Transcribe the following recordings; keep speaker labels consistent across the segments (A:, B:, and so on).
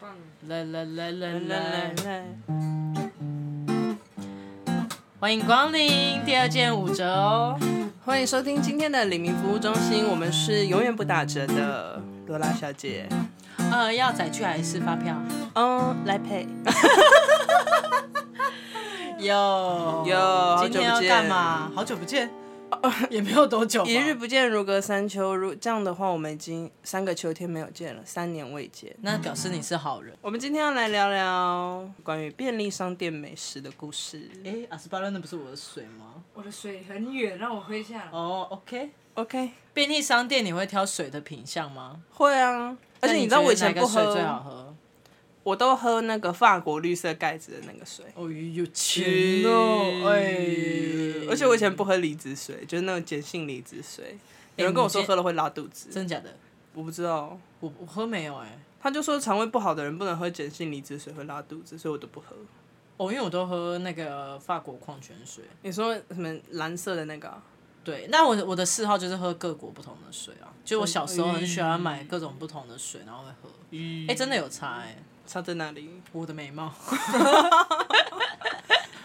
A: 放
B: 来来来来来
A: 来来，
B: 欢迎光临第二件五折。哦
A: 欢迎收听今天的李明服务中心，我们是永远不打折的罗拉小姐，
B: 呃，要载具还是发票？
A: 嗯，来配，
B: 有
A: 哟好久不见
B: 今天要干嘛？好久不见， 也没有多久吧。
A: 一日不见如隔三秋，如这样的话，我们已经三个秋天没有见了，三年未见。
B: 那表示你是好人。
A: 我们今天要来聊聊关于便利商店美食的故事。
B: 哎，阿斯巴勒那不是我的水吗？
C: 我的水很远，让我喝一下。
B: 哦、o k
A: OK，
B: 便利商店你会挑水的品相吗？
A: 会啊，而且你知道我以前不
B: 那你觉得哪个水最好
A: 喝，
B: 喝？
A: 我都喝那个法国绿色盖子的那个水。
B: 哦，有钱哦，哎！
A: 而且我以前不喝梨子水，就是那种碱性梨子水。有人跟我说喝了会拉肚子，
B: 真假的，
A: 我不知道。
B: 我我喝没有哎、
A: 他就说肠胃不好的人不能喝碱性梨子水会拉肚子，所以我都不喝。
B: 哦，因为我都喝那个法国矿泉水。
A: 你说什么蓝色的那个啊、
B: 对，那我我的嗜好就是喝各国不同的水啊，就我小时候很喜欢买各种不同的水，然后会喝。哎、真的有差哎、
A: 差在哪里？
B: 我的美貌。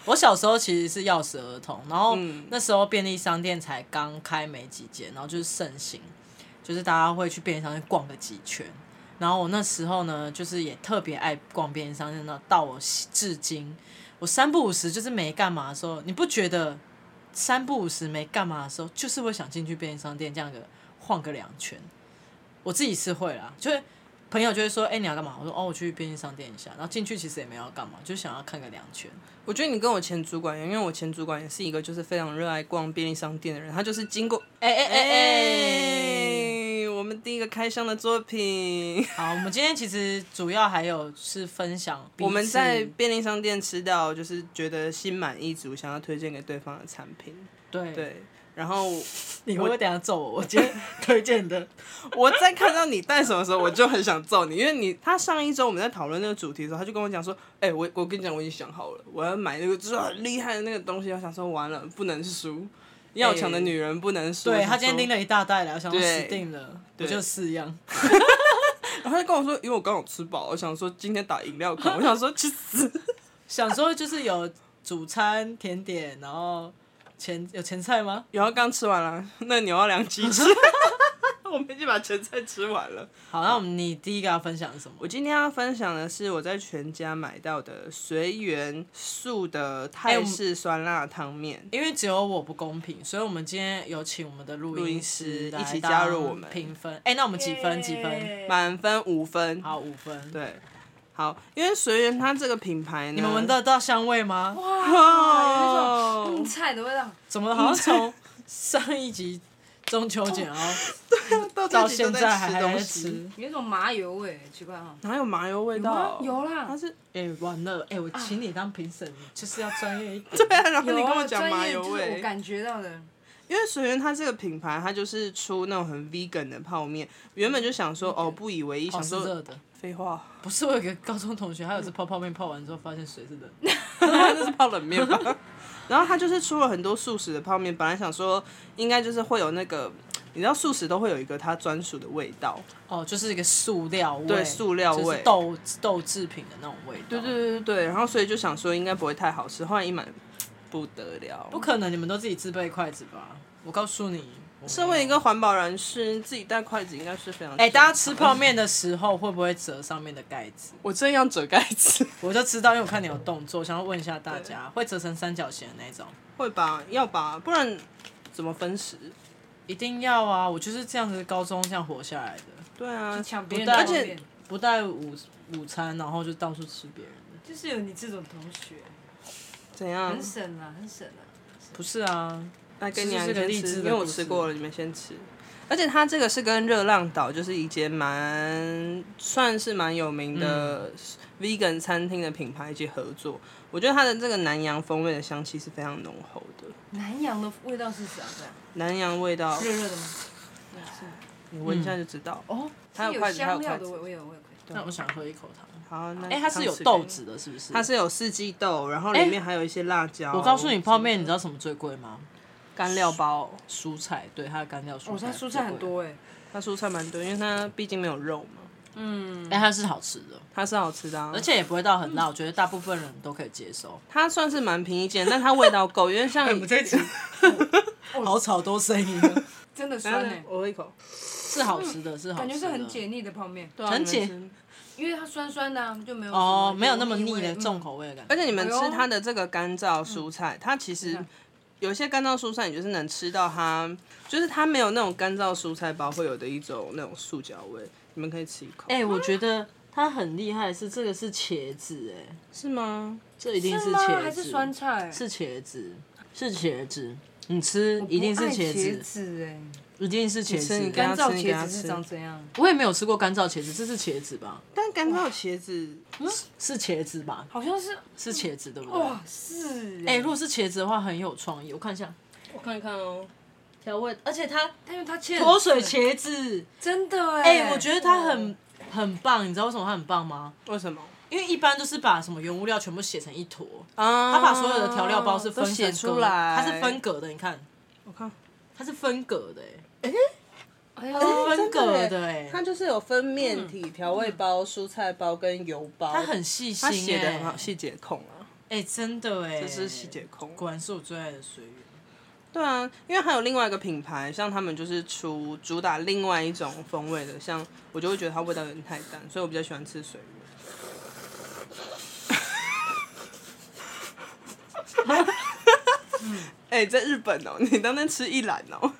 B: 我小时候其实是钥匙儿童，然后那时候便利商店才刚开没几间，然后就是盛行，就是大家会去便利商店逛个几圈。然后我那时候呢，就是也特别爱逛便利商店，那到我至今，我三不五时就是没干嘛的时候，你不觉得三不五时没干嘛的时候，就是会想进去便利商店这样个晃个两圈？我自己是会啦，就是朋友就会说：“哎、你要干嘛？”我说：“哦，我去便利商店一下。”然后进去其实也没有要干嘛，就想要看个两圈。
A: 我觉得你跟我前主管一样，因为我前主管也是一个就是非常热爱逛便利商店的人，他就是经过
B: 哎哎
A: 哎、
B: 哎哎！
A: 我们第一个开箱的作品，
B: 好，我们今天其实主要还有是分享彼此
A: 我们在便利商店吃到就是觉得心满意足，想要推荐给对方的产品。
B: 对，
A: 对，然后
B: 你会不会等一下揍我？我今 天推荐的，
A: 我在看到你带什么时候，我就很想揍你，因为你他上一周我们在讨论那个主题的时候，他就跟我讲说，哎、我我跟你讲，我已经想好了，我要买那个就是很厉害的那个东西，我想说完了不能输，要强的女人不能输。
B: 对他今天拎
A: 了，
B: 了一大袋来，我想说
A: 对
B: 死定了，我
A: 对
B: 就四样。
A: 然后他就跟我说，因为我刚好吃饱，我想说今天打饮料款，我想说去 死。
B: 想说就是有主餐、甜点，然后前有前菜吗？
A: 然后刚吃完了，那牛要两鸡吃， 我们已经把前菜吃完了。
B: 好，那我们你第一个要分享是什么？
A: 我今天要分享的是我在全家买到的随缘素的
B: 哎我
A: 泰
B: 们
A: 式酸辣汤面。
B: 因为只有我不公平，所以我们今天有请我们的录
A: 录音
B: 师
A: 师
B: 来
A: 一起
B: 当
A: 加入我们
B: 评分。哎、那我们几分？几分？
C: 耶
A: 满分五分。
B: 好，五分。
A: 对，好，因为随缘它这个品牌呢，
B: 你们闻得到香味吗？
C: 哇，有那种
A: 哦
C: 嗯菜的味道。
B: 怎么好像从上一集中秋节，然
A: 哦
B: 后
A: 到
B: 到
A: 到
B: 现在还
A: 吃
B: 还
A: 东
B: 在
A: 西，
B: 吃？
C: 有一种麻油味，奇怪哈、
A: 哪有麻油
B: 啊
A: 味道？
C: 有吗有啦
A: 它是
B: 哎、完了！哎、
A: 啊
B: 我请你当评审，就是要专业一点。
A: 对啊，然后
C: 有
A: 你跟
C: 啊，
A: 我讲
C: 专
A: 麻
C: 业
A: 油
C: 就是我
A: 味，
C: 感觉到的。
A: 因为随缘它这个品牌，它就是出那种很 vegan 的泡面，原本就想说哦不以为意，
B: 哦，
A: 想
B: 是
A: 说
B: 热的，
A: 废话，
B: 不是我有一个高中同学，他有一次泡泡面泡完之后，发现水是冷的。
A: 那是泡冷面吧。然后它就是出了很多素食的泡面，本来想说应该就是会有那个，你知道素食都会有一个它专属的味道，
B: 哦，就是一个塑料味，
A: 对塑料味
B: 就是豆豆制品的那种味道。
A: 对对，对对对，然后所以就想说应该不会太好吃，后来一买不得了。
B: 不可能，你们都自己自备筷子吧？我告诉你，我
A: 身为一个环保人士，自己带筷子应该是非常
B: 哎、大家吃泡面的时候会不会折上面的盖子？
A: 我真要折盖子，
B: 我就知道，因为我看你有动作，想要问一下大家，会折成三角形的那种？
A: 会吧？要吧？不然怎么分食？
B: 一定要啊！我就是这样子高中这样活下来的，
A: 对啊，
C: 抢别人
B: 不
C: 的
B: 带
C: 泡面，
A: 而且
B: 不带午午餐，然后就到处吃别人的。
C: 就是有你这种同学，
A: 怎样
C: 很？省啊，很省啊。
B: 不是啊，
A: 来跟你
B: 这
A: 啊
B: 是
A: 你
B: 个
A: 先
B: 励
A: 吃，
B: 志
A: 因
B: 的
A: 为我
B: 故事
A: 吃过了，你们先吃。而且它这个是跟热浪岛，就是一间蛮算是蛮有名
B: 嗯
A: 的 vegan 餐厅的品牌一起合作。我觉得它的这个南洋风味的香气是非常浓厚的，
C: 南洋的味道是啥子啊？
A: 南洋味道
C: 热热的吗？
A: 你闻
B: 嗯
A: 一下就知道。
C: 哦，
A: 还有
C: 是
A: 筷子还有
C: 香料
A: 筷
C: 的
A: 子
C: 味，我有我有筷子。
B: 那我想喝一口汤。
A: 好，那
B: 哎、它是有
A: 汤匙给
B: 豆
A: 你
B: 子的，是不是？
A: 它是有四季豆，然后里面还有一些辣椒。
B: 我告诉你，泡面你知道什么最贵吗？
A: 干料包，
B: 蔬菜，对，它的干料蔬菜。
C: 我、哦、它蔬菜很。多哎、
A: 它蔬菜蛮多，因为它毕竟没有肉嘛。
C: 嗯，
B: 但它是好吃的，
A: 它是好吃的、啊，
B: 而且也不会到很辣，我觉得大部分人都可以接受。
A: 它算是蛮平易近人，但它味道够，因为像
B: 哎我们这一 集好吵，多声音了，
C: 真的酸
A: 等一
C: 呢
A: 下，我喝一口，
B: 是好吃的，是好吃
C: 感
B: 的，
C: 觉是很解腻的泡面，
A: 对啊
B: 很
A: 你们
B: 解
A: 吃
C: 因为它酸酸的啊，就没有什
B: 哦，没有那么
C: 油
B: 腻
C: 味
B: 的
C: 嗯
B: 重口味的感觉。
A: 而且你们吃
C: 哎呦
A: 它的这个干
B: 嗯
A: 燥蔬菜，它其实
C: 嗯
A: 有些干燥蔬菜，你就是能吃到它，就是它没有那种干燥蔬菜包会有的一种那种塑胶味。你们可以吃一口，
B: 哎、我觉得它很厉害，是这个是茄子、哎，
A: 是吗？
B: 这一定
C: 是吗？
B: 茄
C: 还
B: 子，
C: 是酸菜？
B: 是茄子，是茄子。你吃
C: 我不
B: 一定是
C: 爱
B: 茄
C: 子，
B: 子，
C: 哎，
B: 一定是茄
A: 吃你
B: 子。
A: 干
C: 干燥
A: 你给它
C: 茄子
A: 吃
C: 是长怎样？
B: 我也没有吃过干燥茄子，这是茄子吧？
A: 但干燥茄子，
B: 是茄子吧？
C: 好像是
B: 是茄子对不对？
C: 哇，是
B: 哎、如果是茄子的话，很有创意。我看一下
A: 我看一看哦。
B: 调味，而且 它
C: 但是它切
B: 脱水茄子，
C: 真的哎、
B: 哎、我觉得它很很棒。你知道为什么它很棒吗？
A: 为什么？
B: 因为一般都是把什么原物料全部写成一坨，
A: 啊
B: 它把所有的调料包是分
A: 都写
B: 成格
A: 出来，
B: 它是分格的。你看，
A: 我看，
B: 它是分格的、欸，
C: 哎
B: 它是分格
A: 真的
B: 的、欸，
A: 它就是有分面体、调味包、蔬菜包跟油包，
B: 它很细心、
A: 它
B: 欸，
A: 写的很好，细节控啊，
B: 哎、真的哎、欸，
A: 这是细节控。
B: 果然是我最爱的水源。
A: 对啊，因为还有另外一个品牌，像他们就是出主打另外一种风味的，像我就会觉得它味道有点太淡，所以我比较喜欢吃水源。 哎、在日本哦、你当天吃一篮哦、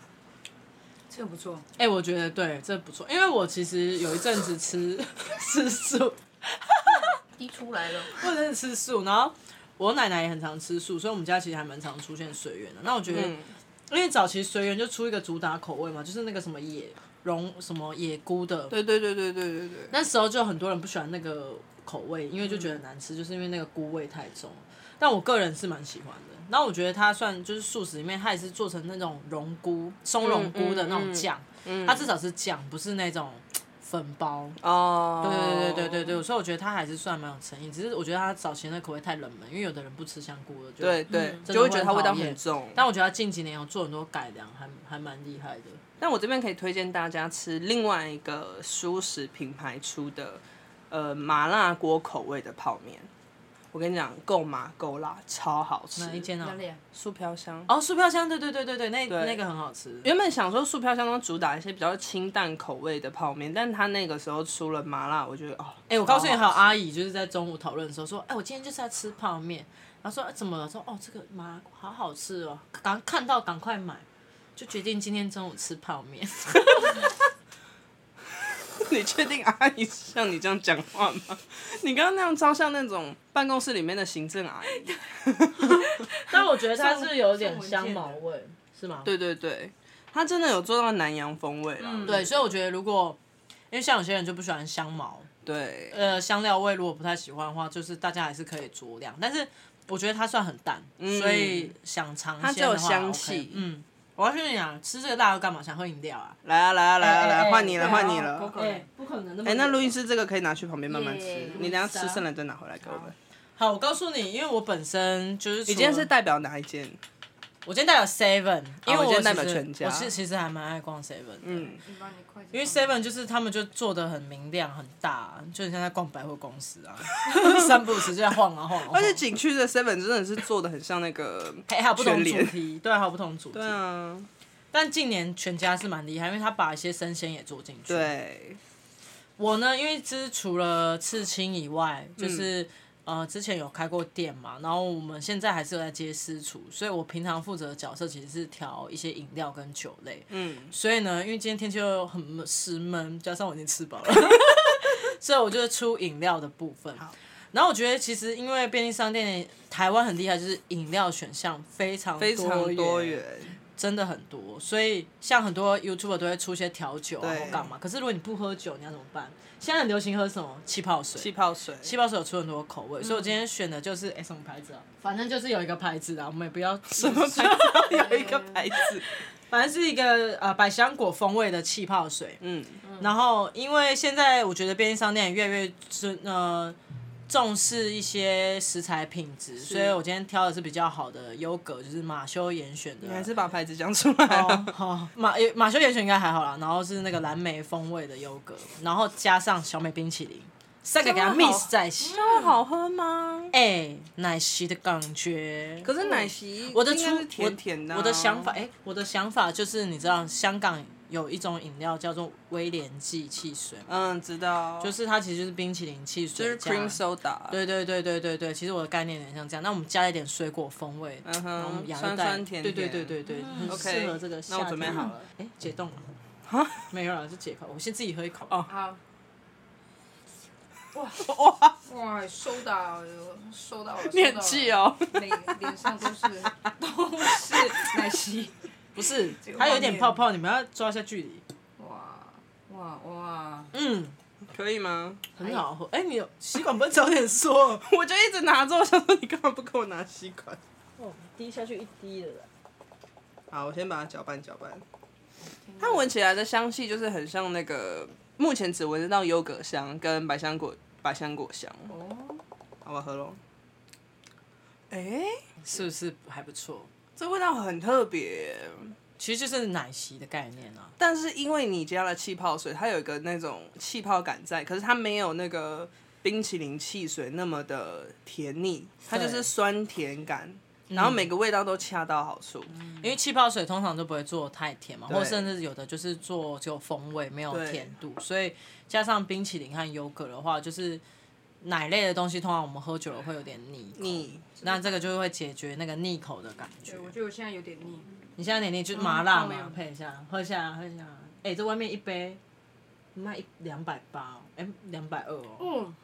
C: 这个不错，
B: 哎、我觉得对，这不错，因为我其实有一阵子吃 吃素，
C: 滴出来了。
B: 我有一阵子吃素，然后我奶奶也很常吃素，所以我们家其实还蛮常出现水源的。那我觉得，
A: 嗯，
B: 因为早期随缘就出一个主打口味嘛，就是那个什么野蓉什么野菇的，
A: 对对对对对对对。
B: 那时候就很多人不喜欢那个口味，因为就觉
A: 嗯
B: 得难吃，就是因为那个菇味太重。但我个人是蛮喜欢的。然后我觉得它算就是素食里面，它也是做成那种茸菇、松茸菇的那
A: 嗯
B: 种酱，它至少是酱，不是那种嘖粉包。
A: 哦，
B: 对对对对对对，所以我觉得它还是算蛮有诚意。只是我觉得它早前的口味太冷门，因为有的人不吃香菇的，就
A: 对。对
B: 嗯真的
A: 就会觉得它
B: 会
A: 味道
B: 讨厌
A: 很重。
B: 但我觉得它近几年有做很多改良，还还蛮厉害的。
A: 但我这边可以推荐大家吃另外一个舒适品牌出的，呃，麻辣锅口味的泡面。我跟你讲，够麻够辣，超好吃。
B: 哪一间
C: 哪
B: 啊？
C: 里啊？
A: 素飘香。
B: 哦，素飘香，对对对对对，那
A: 对
B: 那个很好吃。
A: 原本想说素飘香都主打一些比较清淡口味的泡面，但它那个时候出了麻辣，我觉得哦，哎、
B: 哎、我告诉你，还有
A: 好好吃
B: 阿姨就是在中午讨论的时候说，哎、我今天就是要吃泡面，然后说、啊怎么了？说哦，这个麻好好吃哦，赶看到赶快买，就决定今天中午吃泡面。
A: 你确定阿姨是像你这样讲话吗？你刚刚那样超像那种办公室里面的行政阿姨。
B: 但我觉得它
C: 送
B: 是有
C: 送
B: 点
C: 文
B: 香
C: 件
B: 茅
C: 的
B: 味，是吗？
A: 对对对，她真的有做到南洋风味啦。
C: 嗯
B: 对，所以我觉得如果因为像有些人就不喜欢香茅，
A: 对，
B: 呃，香料味如果不太喜欢的话，就是大家还是可以酌量，但是。我觉得它算很淡，所以想尝
A: 嗯它
B: 鲜的
A: 就
B: 话
A: 有香
B: OK
A: 气
B: 嗯，我要跟你讲，吃这个辣要干嘛？想喝饮料啊？
A: 来啊来啊来啊来
B: 哎
A: 啊，
B: 哎
A: 换你了
B: 对
A: 换你
C: 哦
A: 了
C: 狗。狗
B: 哎，不可能那么
A: 哎、那
B: 严
A: 路
B: 重
A: 易斯这个可以拿去旁边慢慢吃
C: 耶
A: 你等
B: 路
A: 下
B: 易
A: 吃
B: 斯啊
A: 剩了再拿回来给我们。
B: 好，我告诉你，因为我本身就是
A: 你
B: 你
A: 今天是代表哪一间？
B: 我今天代表 Seven，因为
A: 我今
B: 其实
A: 天代表全家
B: 我是其实还蛮爱逛 Seven，嗯，
A: 嗯，
C: 你把你筷子
B: 因为 Seven 就是他们就做的很明亮很大，就很像在逛百货公司 啊，三不五时就在晃啊晃啊晃，
A: 而且景区的 Seven 真的是做的很像那个
B: 还还有不同
A: 全
B: 主
A: 联
B: 题，对，还有不同主题。
A: 对啊，
B: 但近年全家是蛮厉害，因为他把一些生鲜也做进去。，
A: 对，
B: 我呢，因为其实除了刺青以外，就是、
A: 嗯
B: 呃之前有开过店嘛，然后我们现在还是有在接私厨，所以我平常负责的角色其实是调一些饮料跟酒类。
A: 嗯，
B: 所以呢，因为今天天气又很闷湿闷，加上我已经吃饱了， 所以我就出饮料的部分。然后我觉得其实因为便利商店台湾很厉害，就是饮料选项非常
A: 非常多
B: 元，
A: 元。
B: 真的很多。所以像很多 YouTuber 都会出一些调酒啊
A: 对
B: 或干嘛，可是如果你不喝酒，你要怎么办？现在很流行喝什么气泡水，
A: 气嗯泡水，
B: 气泡水有出很多口味，所以我今天选的就是哎、诶什么牌子啊？反正就是有一个牌子啊，我们也不 要什么
A: 还有一个牌子，
B: 反正是一个呃百香果风味的气泡水。
A: 嗯，
B: 然后因为现在我觉得便利商店也越来越尊呃重视一些食材品质，所以我今天挑的是比较好的优格，就是马修严选的。
A: 你还是把牌子讲出来
B: 哦
A: 啊。
B: 好马也马修严选应该还好啦，然后是那个蓝莓风味的优格，然后加上小美冰淇淋，三个给它
A: 这么好
B: mix 在一起，
A: 那好喝吗？
B: 哎、奶昔的感觉。
A: 可是奶昔
B: 我的
A: 应
B: 出
A: 该是甜甜的啊
B: 我，我的想法，哎、我的想法就是，你知道香港有一种饮料叫做威廉记汽水嘛，
A: 嗯，知道，就
B: 就是它其实就是冰淇淋汽水
A: 就是
B: 加，
A: cream soda，
B: 对对对对对对，其实我的概念有点像这样。那我们加一点水果风味，嗯
A: 哼
B: 然后我们亚热
A: 酸
B: 带，
A: 酸甜
B: 对
A: 甜
B: 对对对对，
C: 嗯
B: 很
A: OK，
B: 适合这个夏天。
A: 那我准备好了，
B: 哎，解冻了。 没有了，就解口。我先自己喝一口。
A: 哦
C: 好。哇
A: 哇，
C: 哇，收到了，收到了，
A: 你很气哦，
C: 脸脸上都是都是奶 昔，
B: 不是
C: 这个，
B: 它有一
C: 画
B: 点
C: 面
B: 泡泡，你们要抓一下距离。
C: 哇哇哇！
B: 嗯，
A: 可以吗？
B: 很好喝。哎，你有吸管不是早点说？
A: 我就一直拿着，我想说你干嘛不给我拿吸管？
B: 哦，滴下去一滴的了。
A: 好，我先把它搅拌搅拌。它闻起来的香气就是很像那个，目前只闻得到优格香跟百香果百香果香。
C: 哦，
A: 好，我喝喽。哎、
B: 是不是还不错？
A: 这味道很特别，
B: 其实就是奶昔的概念啊。
A: 但是因为你加了气泡水，它有一个那种气泡感在，可是它没有那个冰淇淋汽水那么的甜腻，它就是酸甜感，然后每个味道都恰到好处。
B: 因为气泡水通常都不会做太甜嘛，或者甚至有的就是做只有风味没有甜度，所以加上冰淇淋和优格的话，就是奶类的东西，通常我们喝久了会有点腻口
A: 腻，
B: 那这个就会解决那个腻口的感觉
C: 对，。我觉得我现在有点腻。
B: 你现在点点就是麻辣
C: 嗯泡
B: 嘛
C: 面，
B: 配一下，喝一下，喝一下。哎、这外面一杯卖一两百八哦，哎、两百二哦，
C: 嗯，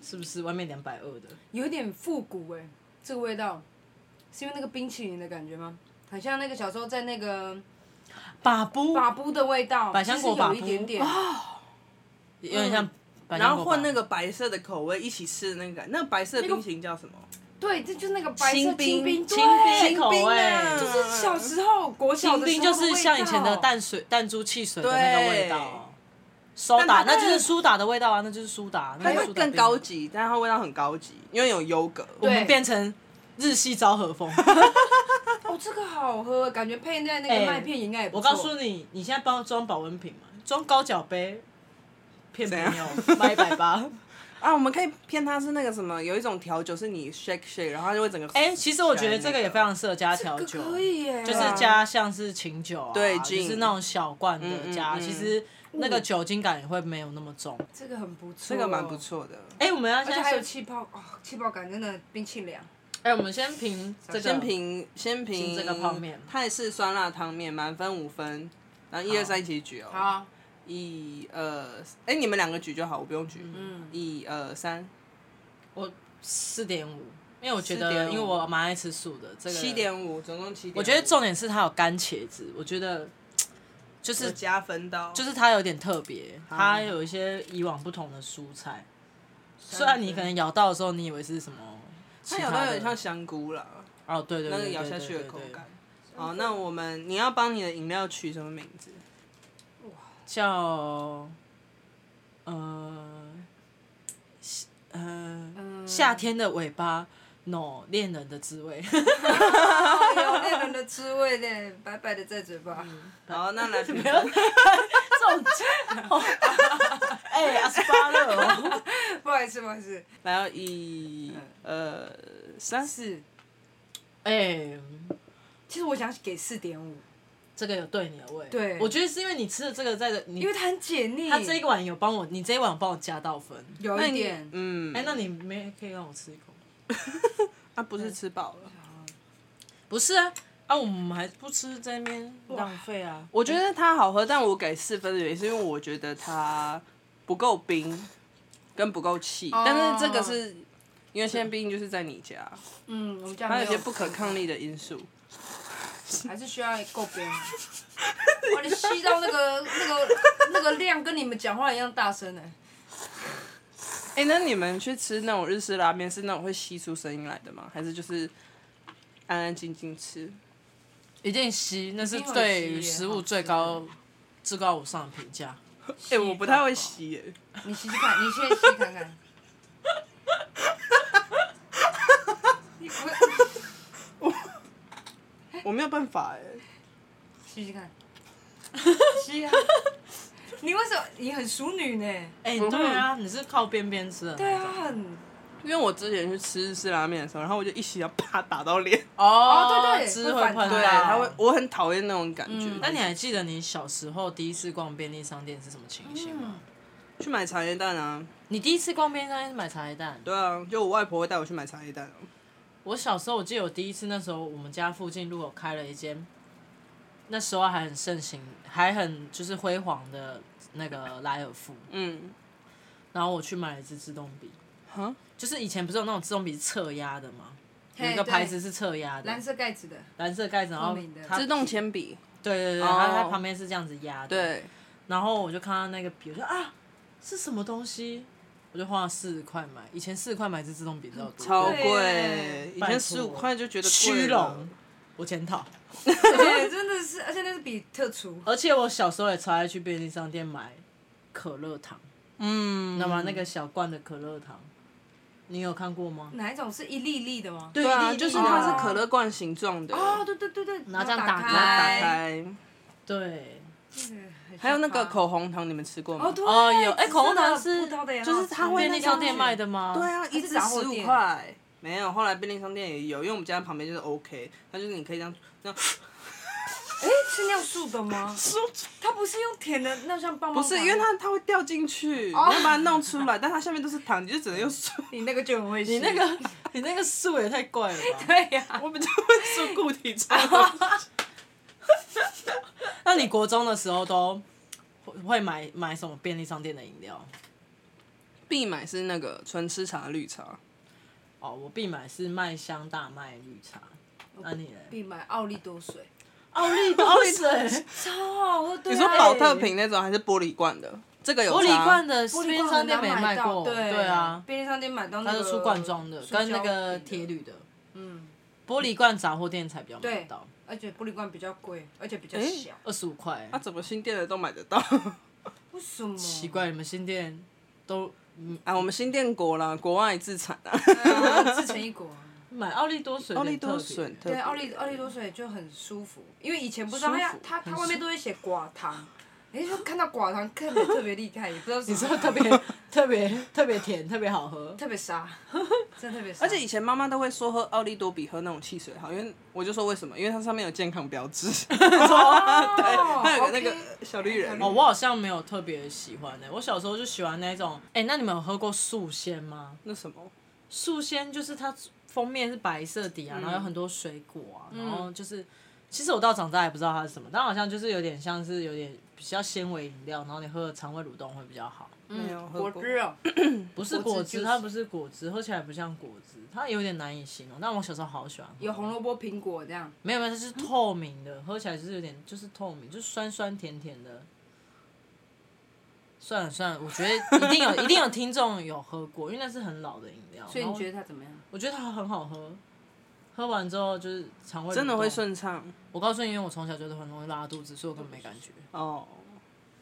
B: 是不是？外面两百二的，
C: 有点复古哎、这个味道是因为那个冰淇淋的感觉吗？很像那个小时候在那个
B: 把布
C: 把布的味道，
B: 百香果
C: 就是有
B: 把
C: 一
B: 布
C: 点点。
B: 有点像
C: 嗯
B: 百
A: 然
B: 香果吧，
A: 后混那个白色的口味一起吃的那个感，那个白色的
C: 那个
A: 冰淇淋叫什么？
C: 对，这就是那个白色
B: 清冰
C: 冰，啊
B: 清
C: 对，
B: 冰口欸味
C: 就
A: 就是
C: 小时候国小
B: 清
C: 的
B: 冰
C: 时
B: 就
C: 候的味
B: 是
C: 道
B: 像以前的淡水弹珠汽水的
A: 对
B: 那个味道，苏打
A: 但它
B: 那就是苏打的味道啊，那就是苏打，
A: 它
B: 那就是
A: 会
B: 苏打
A: 更
B: 冰
A: 高。级，但它味道很高级，因为有优格。
B: 我们
C: 对
B: 变成日系昭和风。
C: 哦，这个好喝，感觉配在那
B: 哎
C: 个麦片应该也不
B: 我
C: 错。
B: 告诉你，你现在帮我装保温瓶嘛，装高脚杯，骗
A: 怎
B: 朋
A: 样
B: 友卖一百八。
A: 啊，我们可以骗它是那个什么，有一种调酒是你 shake shake，然后它就会整个。
B: 哎、其实我觉得这个也非常适合加
C: 这
B: 调
C: 个
B: 酒，
C: 可以啊耶，
B: 就是加像是清酒啊，
A: 对
B: 就
A: 劲
B: 是那种小罐
A: 嗯
B: 的
A: 嗯
B: 加，
A: 嗯
B: 其实那个酒精感也会没有那么重。
C: 这个很不错，
A: 这个蛮不。错的。
B: 哎、我们要
C: 而
B: 现
C: 且
B: 在
C: 还有
B: 先
C: 气泡哦，气泡感真的冰淇淋。
B: 哎、我们先评这个，
A: 先评先评
B: 这个泡面
A: 泰式酸辣汤面满分五分，然后一
B: 好
A: 二三一起举哦。，
C: 好，
A: 一二，哎，你们两个举就好，我不用举。
C: 嗯，
A: 一二三，
B: 我四点五，因为我觉
A: 4.5
B: 得，因为我蛮爱吃素的，这个
A: 七。点五，总共七点。
B: 我觉得重点是它有干茄子，我觉得就是
A: 是加分到，
B: 就是是它有点特别，它有一些以往不同的蔬菜。虽然你可能咬到的时候，你以为是什么其
A: 它有
B: 他的，
A: 到有点像香菇啦，
B: 哦，对对
A: 那
B: 对
A: 个
B: 对，
A: 咬下去的
B: 对
A: 口
B: 对
A: 感。好，那我们你要帮你的饮料取什么名 字？
B: 叫呃
A: 嗯
B: 夏呃
C: 嗯
B: 夏天的尾巴，no 恋人的滋味。
C: 哎呦恋人的滋味呢，白白的在嘴
B: 嗯
C: 巴。
A: 好，那来评
B: 没有
A: 分。
B: 这种， 哦哎，阿斯巴勒哦，
C: 不好意思，不好意思，
A: 来到一
B: 嗯
A: 呃三
C: 四。
B: 哎，
C: 其实我想给四点五，
B: 这个有对你的味。
C: 对
B: 我觉得是因为你吃的这个在这，你
C: 因为它很解腻。
B: 他这一碗有帮我，你这一碗有帮我加到分。
C: 有
A: 那
C: 一
A: 你
C: 点，
A: 嗯，
B: 哎，那你嗯没可以让我吃一口吗？
A: 啊不是吃饱了？
B: 不是啊，啊，我们还不吃在那边浪费啊。
A: 我觉得它好喝，但我给四分的原因是因为我觉得它不够冰，跟不够气。
B: 哦
A: 但是这个是因为现在毕竟就是在你家，
C: 嗯，我们家
A: 它
C: 没
A: 有些不可抗力的因素。
C: 还是需要够冰。哇，你吸到那个那个那个量跟你们讲话一样大声呢、欸
A: 哎、那你们去吃那种日式拉面是那种会吸出声音来的吗？还是就是安安静静吃？
B: 一定吸，那是
C: 一定会
B: 对
C: 吸
B: 于
C: 耶
B: 食
C: 好
B: 物
C: 吃
B: 最高至高无上的评价。
A: 哎哎、我不太会吸耶、
C: 你吸吸看，你先吸看看。
A: 我没有办法哎、
C: 试试看。是啊，你为什么你很熟女呢？
B: 哎、
A: 不会
B: 对啊，你是靠边边吃的
C: 对
B: 那
C: 啊，
B: 种。
C: 很
A: 因为我之前去吃日式拉面的时候，然后我就一起要啪打到脸，
B: 哦
C: 哦对对
B: 吃
C: 会
B: 会
C: 反
B: 碰
C: 弹
A: 对，
C: 啊
A: 他
B: 到
A: 会。我很讨厌嗯那种感觉。
B: 那你还记得你小时候第一次逛便利商店是什么情形吗？
A: 去买茶叶蛋啊？
B: 你第一次逛便利商店是买茶叶蛋？
A: 对啊，就我外婆会带我去买茶叶蛋、哦
B: 我小时候，我记得我第一次那时候，我们家附近路口开了一间，那时候还很盛行，还很就是辉煌的那个莱尔富，
A: 嗯，啊
B: 然后我去买了一支自动笔，
A: 哈，
B: 就是以前不是有那种自动笔是侧压的吗？有
C: 嘿
B: 一个牌子
C: 对
B: 是侧压的，
C: 蓝色盖子的，
B: 蓝色盖子，然后
C: 透明的
B: 它
A: 自动铅笔，
B: 对对对，
A: 哦
B: 它它旁边是这样子压的，，
A: 对，
B: 然后我就看到那个笔，我说啊，是什么东西？我就花了四十块买，以前四十块买一支自动笔都有多
A: 超
C: 对
A: 贵
C: 耶，
A: 以
B: 拜
A: 前
B: 托
A: 十五块就觉得
B: 虚
A: 贵了
B: 荣，，我检讨。
C: 对，真的是，而且那是比特除，
B: 而且我小时候也超爱去便利商店买可乐糖，
A: 嗯，
B: 你知道吗？那个小罐的可乐糖，你有看过吗？
C: 哪一种是一粒一粒的吗？
B: 对
A: 对啊，
B: 一粒
A: 就是
B: 一粒的
A: 它是可乐罐形状的，
C: 哦，对对对对，
B: 然后这样打
C: 打
B: 开
A: 打
C: 开，
A: 开，
B: 对，
C: 对
A: 还有那个，口红糖，你们吃过吗？
C: 很像糖哦
B: 哦
C: 对，
B: 有，哎，
C: 紫色的
B: 口红糖是
C: 葡萄的也
B: 就是
C: 很好
B: 它
C: 吃
B: 会便利商店卖的吗？
A: 对，啊，
C: 它
A: 一
C: 是
A: 支
C: 杂货
A: 十五
C: 店
A: 块。没有，后来便利商店也有，因为我们家旁边就是 OK，它就是你可以这样这 样，
C: 哎，是尿素 的吗？它不是用舔的，那像棒棒
A: 不
C: 糖。
A: 是因为它它会掉进去，你要把它弄出来，但它下面都是糖，你就只能用手。
C: 你那个就很会吃，
B: 你那个你那个数也太怪了吧？
C: 对呀、
A: 我比较会说固体成分
B: 那你国中的时候都会会买买什么便利商店的饮料？
A: 必买是那个纯吃茶绿茶，
B: 哦，我必买是麦香大麦绿茶。那你嘞？
C: 必买奥利多水，
B: 奥利奥利水，
C: 超好喝。对啊
A: 你说宝特瓶那种还是玻璃罐的？这个有
B: 玻璃
A: 差
B: 罐的
C: 玻璃
B: 便利商店没
C: 很
B: 卖
C: 难买到
B: 过，
C: 对
B: 对啊，
C: 便利商店买到那
B: 它
C: 个
B: 就出罐装的，
C: 塑胶
B: 跟那个
C: 瓶的
B: 铁铝的
C: 嗯，
B: 玻璃罐杂货店才比较买得
C: 对
B: 到，，
C: 而且玻璃罐比较贵，而且比较
A: 诶
C: 小。
B: 二十五块
A: 啊那、。怎么新店的都买得到？
C: 为什么？
B: 奇怪，你们新店都嗯
A: 啊，我们新店国啦，国外自产啊，
C: 对啊，自成一 国啊。
B: 买奥利多水，
A: 奥利多水很特
C: 对，
A: 别，
C: 奥利奥利多水就很舒服，因为以前不知道它
A: 舒服
C: 它
A: 很
C: 它
A: 舒
C: 外面都会写寡糖，哎，就看到寡糖看得特别厉害，也不知 道
B: 你
C: 你
B: 知 道特别特别特别甜，特别好喝。
C: 特别傻， 真的特别傻。
A: 而且以前妈妈都会说喝奥利多比喝那种汽水好，因为我就说为什么？因为它上面有健康标志，
C: 哦，对
A: 它有个那个小绿人。
B: 哦，我好像没有特别喜欢欸的、我小时候就喜欢那种，哎、那你们有喝过素鲜吗？
A: 那什么，
B: 素鲜就是它封面是白色底
A: 嗯
B: 啊，然后有很多水果啊，然后就是，其实我到长大也不知道它是什么，但好像就是有点像是有点比较纤维饮料，然后你喝了肠胃蠕动会比较好。
A: 没嗯有喝
C: 嗯果
A: 过
C: 汁哦，
B: 不是果
C: 果汁
B: 汁，
C: 就是
B: 它不是果汁，喝起来不像果汁，它有点难以形容。但我小时候好喜欢喝，
C: 有红萝卜、苹果这样。
B: 没有没有，它是透明的，喝起来就是有点就是透明，就是酸酸甜甜的。算了算了，我觉得一定有一定有听众有喝过，因为那是很老的饮料。
C: 所以
B: 然
C: 你
A: 哦
B: 后
C: 觉得它怎么样？
B: 我觉得它很好喝，喝完之后就是肠胃
A: 真的
B: 蠕
A: 会
B: 动。
A: 顺畅
B: 我告诉你，因为我从小就是很容易拉肚子，所以我根本没感觉。
A: 哦，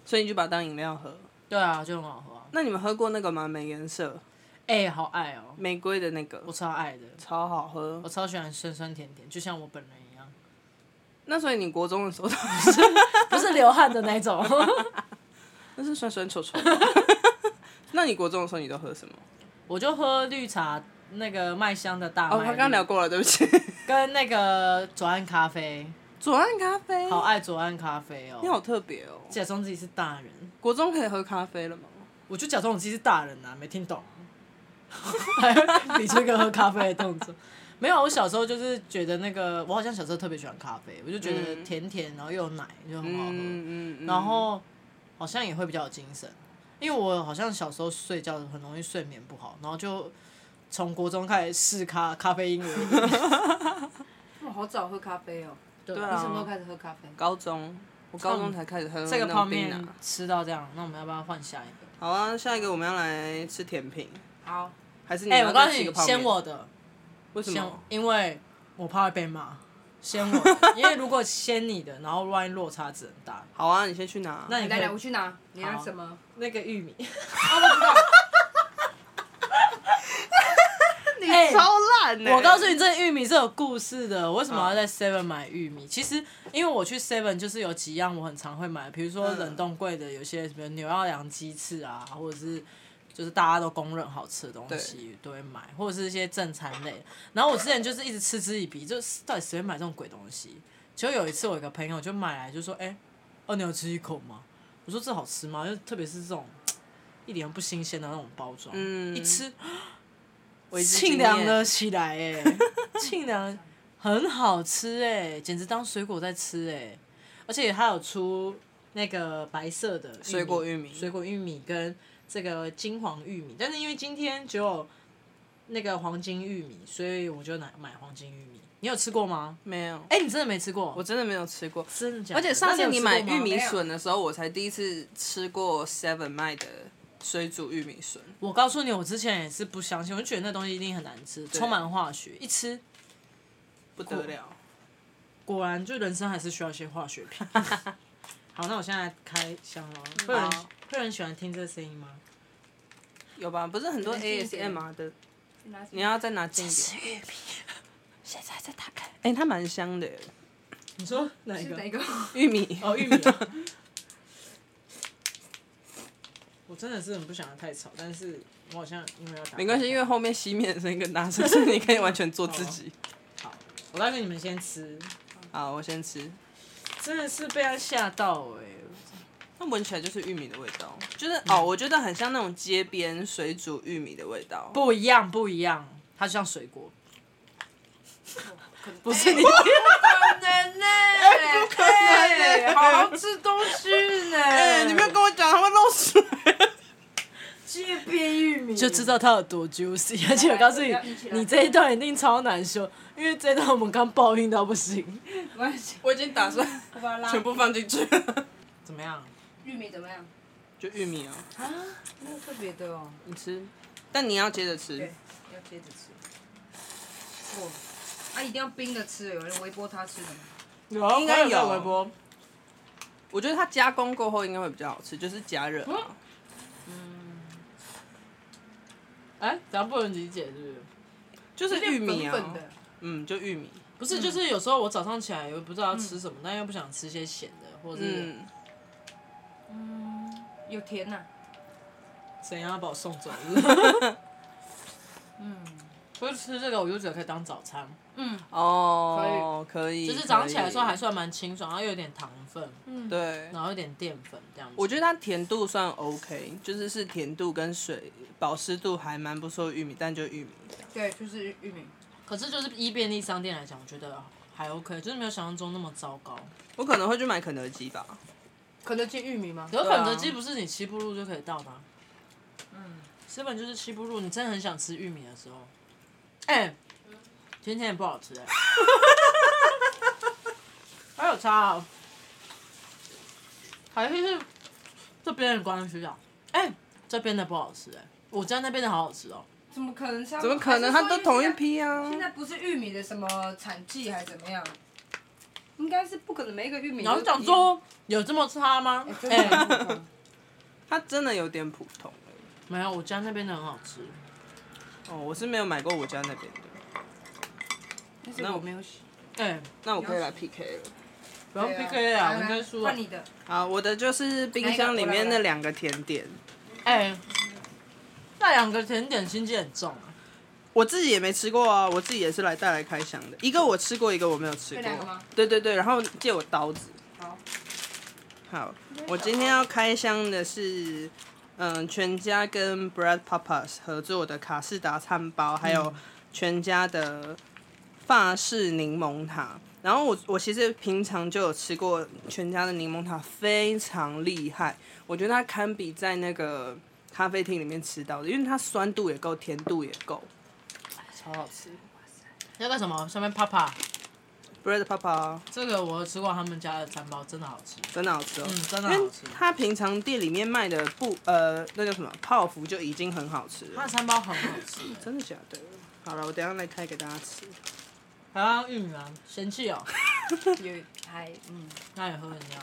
A: 所以你就把它当饮料喝。
B: 对啊，就很好喝啊、
A: 那你们喝过那个吗？美颜色
B: 哎、好爱哦、
A: 玫瑰的那个
B: 我，超爱的，
A: 超好喝
B: 我。超喜欢酸酸甜甜，就像我本人一样，
A: 那所以你国中的时候，
B: 不是流汗的那种。
A: 那是酸酸臭臭。那你国中的时候你都喝什么？
B: 我就喝绿茶，那个麦香的大麦
A: 哦，
B: 绿，
A: 他刚刚聊过了，对不起。
B: 跟那个左岸咖啡，
A: 左岸咖啡，
B: 好啊爱左岸咖啡哦、
A: 你好特别哦。
B: 假装自己是大人，
A: 国中可以喝咖啡了吗？
B: 我就假装我自己是大人啊，没听懂， 比这个喝咖啡的动作。没有，我小时候就是觉得那个，我好像小时候特别喜欢咖啡，我就觉得
A: 嗯
B: 甜甜，然后又有奶，就很好喝。
A: 嗯嗯嗯。
B: 然后好像也会比较有精神，因为我好像小时候睡觉很容易睡眠不好，然后就从国中开始试咖咖啡因 为饮料
C: 我哦好早喝咖啡哦，
B: 对
A: 对啊
C: 你什么时候开始喝咖啡？
A: 高中，我高中才开始喝
B: 这个
A: 那
B: 泡
A: 种啊冰
B: 面
A: 拿。
B: 吃到这样，那我们要不要换下一个？
A: 好啊，下一个我们要来吃甜品，
C: 好，
A: 还啊是你
B: 哎、
A: 要
B: 我告
A: 再
B: 诉
A: 吃一个
B: 你，
A: 泡面？
B: 先我的，
A: 为什
B: 先
A: 么？
B: 因为我怕会被骂，先我的，因为如果先你的，然后万一落差值很大，
A: 好啊，你先去拿。
B: 那你可
C: 来
B: 以
C: 来，我去拿，你要
B: 好
C: 什么？
B: 那个玉米，
C: 啊，我知道，
A: 你
B: 哎
A: 超烂欸烂呢、
B: 我告诉你，这玉米是有故事的。我为
A: 啊
B: 什么要在 Seven 买玉米？其实因为我去 Seven 就是有几样我很常会买，比如说
A: 嗯
B: 冷冻柜的有些什么牛奥良鸡翅啊，或者是就是大家都公认好吃的东西都会买，或者是一些正餐类。然后我之前就是一直嗤之以鼻，就是到底谁会买这种鬼东西？结果有一次我有一个朋友就买来就说：“哎、哦，你有吃一口吗？”我说：“这好吃吗？”就特别是这种一点都不新鲜的那种包装，
A: 嗯
B: 一吃。
A: 你
B: 沁凉了，起来哎、沁凉很好吃哎、简直当水果在吃哎、而且它有出那个白色的玉米
A: 水果玉米
B: 水果玉米跟这个金黄玉米，但是因为今天只有那个黄金玉米，所以我就买买黄金玉米。你有吃过吗？
A: 没有，
B: 哎、你真的没吃过？
A: 我真的没有吃过。
B: 真的假的？
A: 而且上次
B: 那
A: 你
B: 有吃过
A: 买
B: 吗
A: 玉米笋的时候，我才第一次吃过 Seven 卖的水煮玉米笋。
B: 我告诉你，我之前也是不相信，我就觉得那东西一定很难吃，充满化学，一吃
A: 不得了，
B: 果然，就人生还是需要一些化学 品。好，那我现在开箱喽。会有人
A: 好
B: 会有人喜欢听这个声音吗？
A: 有吧？不是很多
C: 拿近一点
A: ASMR 的，
C: 拿起
A: 你要再拿近一点。
B: 玉 米，现在在打开。
A: 哎、它蛮香的耶，
B: 你说哪一
C: 是
B: 个？
C: 哪一个？
A: 玉米。
B: 哦，玉米啊、 我真的是很不想要太吵，但是我好像因为要打开，
A: 没关系，因为后面熄灭的声音更大声，所以你可以完全做自己。
B: 好，我来给你们先吃。
A: 好，我先吃。
B: 真的是被他吓到哎、
A: 那闻起来就是玉米的味道，就是哦，我觉得很像那种街边水煮玉米的味道。
B: 不一样，不一样，它就像水果，哦
A: 不是你，
C: 不可能呢、欸，不可能、欸，好好吃东西呢、
A: 哎、你不要跟我讲，它会漏水。
C: 这边玉米
B: 就知道它有多 juicy。而且我告诉你
C: 来来来，
B: 你这一段一定超难修，因为这一段我们刚报应到不行。
C: 没关系，
A: 我已经打算
C: 我把它拉。
A: 全部放进去了，
B: 怎么样？
C: 玉米怎么样？
A: 就玉米啊，
C: 啊，没有特别的哦。
A: 你吃，但你要接着吃
C: 对。，要接着吃。哇，啊，一定要冰的吃，有人微波它吃的吗？
B: 哦有
A: 应该有
B: 在微波。
A: 我觉得它加工过后应该会比较好吃，就是加热啊、
B: 哎、咱不能理解是不是？
A: 就是玉米
C: 有点粉
A: 啊
C: 粉，的，
A: 嗯，就玉米，
B: 不是，就是有时候我早上起来也不知道要吃什么，但又不想吃些咸的，或者是
A: 嗯，
C: 嗯，有甜呐、
B: 怎样把我送 走是不是
C: 嗯
B: 所以吃这个我就觉得可以当早餐，
C: 嗯
A: 哦，可以，
B: 就是早上起来的时候还
A: 可
B: 算蛮清爽，然后又有点糖分，
A: 以对。
B: 然后有点淀粉这样子。
A: 我觉得它甜度算 OK，就是是甜度跟水保湿度还蛮不错的玉米，但就玉米这样
C: 对，就是玉玉米。
B: 可是就是依便利商店来讲，我觉得还 OK，就是没有想象中那么糟糕。
A: 我可能会去买肯德基吧，
C: 肯德基玉米吗？
B: 可是肯德基不是你七步路就可以到的、嗯，根本就是七步路，你真的很想吃玉米的时候，哎、甜甜也不好吃哎、 还有差、啊，还是这边的关系啊，哎、这边的不好吃哎、我家那边的好好吃哦、
C: 怎么可能？
A: 怎
C: 怎
A: 么可能？它都同一。批啊！
C: 现在不是玉米的什么产季还是怎么样？应该是不可能每一个玉米。
B: 然后想，说有这么差吗？
C: 哎、
B: 哎、
C: 真的不可能
A: 它真的有点普通
B: 没有，我家那边的很好吃。
A: 哦，我是没有买过我家那边的，
C: 但是我没有洗。
B: 哎、
A: 那我可以来 PK 了。
B: 不用 PK 啊，我应该输了
C: 换。你的，
A: 好，我的就是冰箱里面那两个甜点，
B: 哎、那两个甜点心机很重啊。
A: 我自己也没吃过啊，我自己也是来带来开箱的。一个我吃过，一个我没有吃
C: 这
A: 过
C: 两个吗。
A: 对对对，然后借我刀子。
C: 好，
A: 好，我今天要开箱的是，嗯，全家跟 Brad Papas 合作的卡士达餐包，还有全家的法式柠檬塔。然后我我其实平常就有吃过全家的柠檬塔，非常厉害，我觉得它堪比在那个咖啡厅里面吃到的，因为它酸度也够，甜度也够。
B: 超好吃。那个什么，上面啪啪，
A: Brad Papa
B: 这个我吃过他们家的餐包，真的好吃。
A: 真的好吃哦，
B: 嗯真的
A: 因为
B: 好吃
A: 它平常店里面卖的不呃那叫什么泡芙就已经很好吃了
B: 它的。餐包很好吃。
A: 真的假的？好了，我等一下来开给大家吃。
B: 还要玉米啊，嫌弃哦。
C: 有还嗯，
B: 那也喝饮料。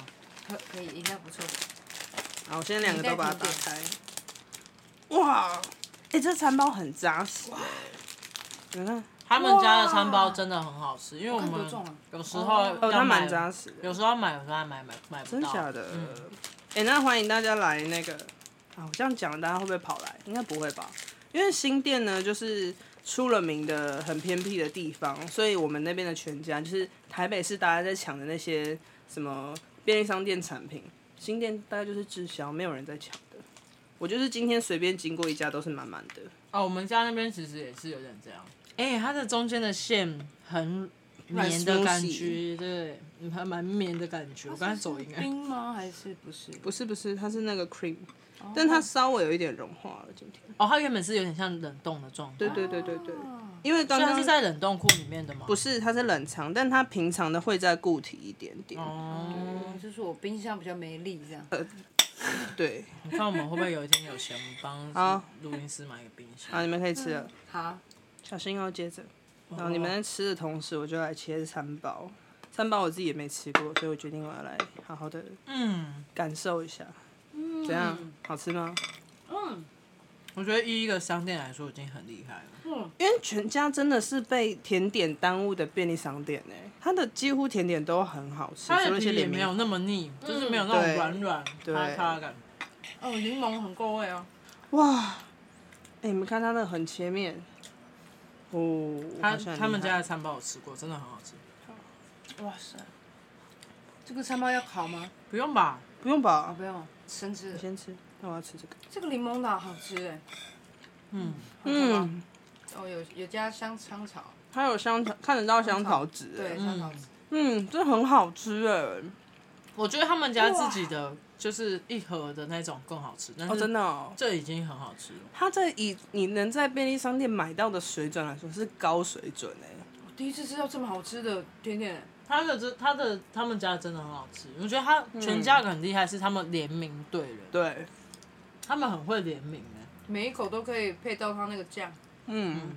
C: 可可以，应该不错。
A: 好，我现在两个都把它打开。欸哇，哎、这餐包很扎实哎、你看，
B: 他们家的餐包真的很好吃，因为我
C: 看多
B: 们
C: 重啊
B: 有时候
C: 哦
A: 哦，
B: 要
A: 它蛮
B: 买，
A: 扎实的，
B: 有时候要买，有时候还买买买不
A: 真
B: 到。
A: 假的？哎、
B: 嗯
A: 那欢迎大家来那个啊，我这样讲大家会不会跑来？应该不会吧，因为新店呢就是出了名的很偏僻的地方，所以我们那边的全家就是台北市大家在抢的那些什么便利商店产品，新店大概就是滞销，没有人在抢的。我就是今天随便经过一家都是满满的，
B: 哦，我们家那边其实也是有点这样。哎、它的中间的线很绵的感觉，对，嗯还蛮绵的感觉。我刚才走应该
C: 冰吗？还是不是？哦
A: 不是不是，它是那个 cream，、但它稍微有一点融化了。今天，
B: 哦，它原本是有点像冷冻的状态，
A: 对对对对对，因为刚
B: 虽然
A: 刚
B: 是在冷冻库里面的嘛。
A: 不是，它是冷藏，但它平常的会再固体一点点。
B: 哦，
C: 嗯，就是我冰箱比较没力这样。
A: 对，
B: 你看我们会不会有一天有钱帮
A: 好
B: 录音师买一个冰
A: 好，
B: 箱？
A: 你们可以吃了，
C: 好，
A: 小心哦。接着，然后你们在吃的同时，我就来切三包。三包我自己也没吃过，所以我决定我要来好好的
B: 嗯，
A: 感受一下。怎样？好吃吗？
C: 嗯
B: 我觉得以一个商店来说已经很厉害了。
C: 嗯，
A: 因为全家真的是被甜点耽误的便利商店哎、它的几乎甜点都很好吃，
B: 它
A: 除了
B: 的
A: 一
B: 皮
A: 些
B: 也
A: 联名
B: 没有那么腻，就是没有那种
A: 嗯对
B: 软软塌塌的感觉。
C: 哦，柠檬很够味哦。
A: 哇，哎、你们看它的很切面，哦，
B: 他
A: 好像很
B: 他们
A: 厉害
B: 家的餐包我吃过，真的很好吃。
C: 哇塞，这个餐包要烤吗？
B: 不用吧？
A: 不用
C: 啊，
A: 吧？
C: 不用，生吃
A: 你。先吃，那我要吃这个。
C: 这个柠檬塔好吃哎。
B: 嗯，
C: 嗯。
A: 嗯，
C: 哦，有有加香香草，
A: 还有香草，看得到香草籽。
C: 对，
A: 哎
C: 香草籽。
A: 嗯，这很好吃哎。
B: 我觉得他们家自己的就是一盒的那种更好吃，但
A: 哦，真
B: 是
A: 的哦。
B: 这已经很好吃了。
A: 它这以你能在便利商店买到的水准来说是高水准哎。
C: 我第一次吃到这么好吃的甜点，
B: 他的这他的他们家的真的很好吃，我觉得他全家很厉害，是他们联名对人，
A: 对，
B: 他们很会联名哎。
C: 每一口都可以配到它那个酱，
A: 嗯，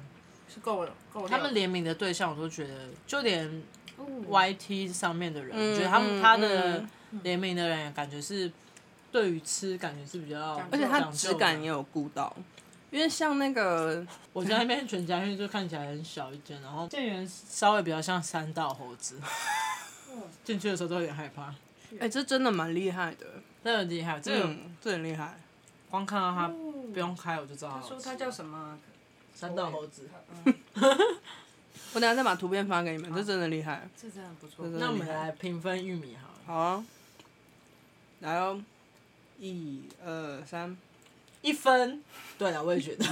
C: 是够了，够了。
B: 他们联名的对象我都觉得，就连
C: 哦
B: YT 上面的人，
A: 嗯
B: 我觉得他
A: 嗯
B: 们他的
A: 嗯
B: 联名的人感觉是对于吃感觉是比较讲究的，
A: 而且它质感也有顾到，因为像那个
B: 我家那边全家，因为就看起来很小一间，然后店员稍微比较像三道猴子，
C: 嗯
B: 进去的时候都有点害怕。
A: 哎、这真的蛮厉害的。
B: 这很厉害，这个
A: 嗯，这很厉害。
B: 光看到它不用开我就知道好吃。
C: 哦说它叫什么嗯啊？
B: 三道猴子，
A: 我等下再把图片发给你们，这真的厉害。
C: 这真的不错
A: 这。真的
B: 那我们
A: 厉害
B: 来评分玉米好了，
A: 好啊，来哦，一二三，
B: 一分。对了，我也觉得，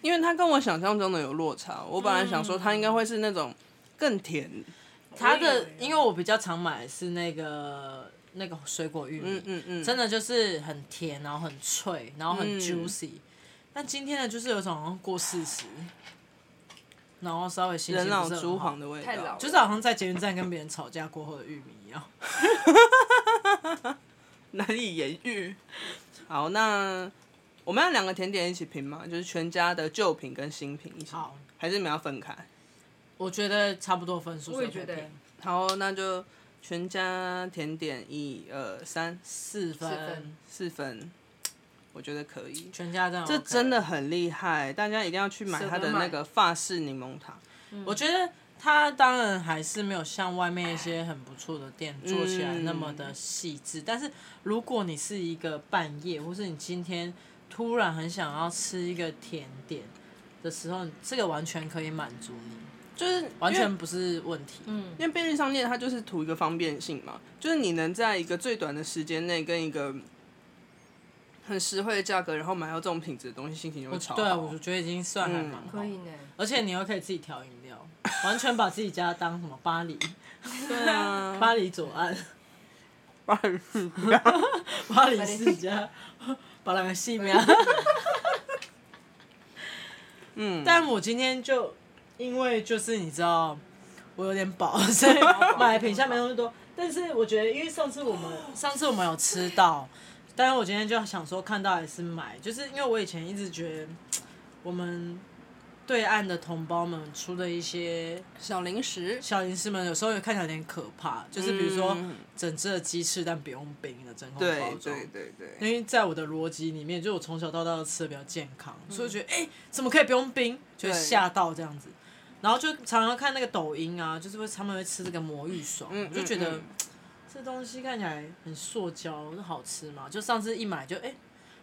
A: 因为它跟我想象中的有落差。我本来想说它应该会是那种更甜，
B: 它的
C: 我以为
B: 因为我比较常买的是那个那个水果玉
A: 嗯
B: 米，
A: 嗯嗯，
B: 真的就是很甜，然后很脆，然后很
A: 嗯
B: juicy。但今天的就是有种好像过四十，然后稍微心情
A: 人老
B: 不是
A: 珠
B: 很好
A: 黄，的味
C: 太
A: 道
C: 老。
B: 就是好像在捷运站跟别人吵架过后的玉米一样。
A: 难以言喻。 好，那我们要两个甜点一起评吗？就是全家的旧品跟新品一起，
B: 好，
A: 还是你们要分开？
B: 我觉得差不多分数。
C: 我也觉得
A: 好，那就全家甜点一二三
B: 四
C: 四分
B: 分，
A: 四分，我觉得可以。
B: 全家这样 OK。
A: 这真的很厉害，大家一定要去买它的那个法式柠檬塔。
B: 我觉得它当然还是没有像外面一些很不错的店做起来那么的细致，
A: 嗯
B: 但是如果你是一个半夜，或是你今天突然很想要吃一个甜点的时候，这个完全可以满足你，
A: 就是
B: 完
A: 因为
B: 全不是问题。嗯，
A: 因为便利商店它就是图一个方便性嘛，就是你能在一个最短的时间内跟一个很实惠的价格，然后买到这种品质的东西，心情就会超好。
B: 对啊，我就觉得已经算还蛮好
A: 嗯
B: 的
C: 可以呢。
B: 而且你又可以自己调饮料，完全把自己家当什么巴黎，
A: 对 啊，
B: 巴黎左岸，
A: 巴黎世家
B: 巴黎世家， 把两个戏名。
A: 嗯，
B: 但我今天就因为就是你知道我有点 饱，所以买品相没那么多。但是我觉得，因为上次我 们上次我们有吃到，但是我今天就想说看到也是买，就是因为我以前一直觉得我们对岸的同胞们出的一些
A: 小零食，
B: 小零食们，有时候也看起来有点可怕，就是比如说哦
A: 嗯
B: 整只的鸡翅，但不用冰的真空包
A: 对
B: 装。
A: 对对对，
B: 因为在我的逻辑里面，就我从小到大都吃的比较健康，所以我觉得哎、诶怎么可以不用冰？就会
A: 嗯对
B: 吓到这样子。然后就常常看那个抖音啊，就是会他们会吃这个魔芋爽，
A: 嗯
B: 我就觉得、
A: 嗯嗯
B: 这东西看起来很塑胶，那好吃吗？就上次一买就哎、诶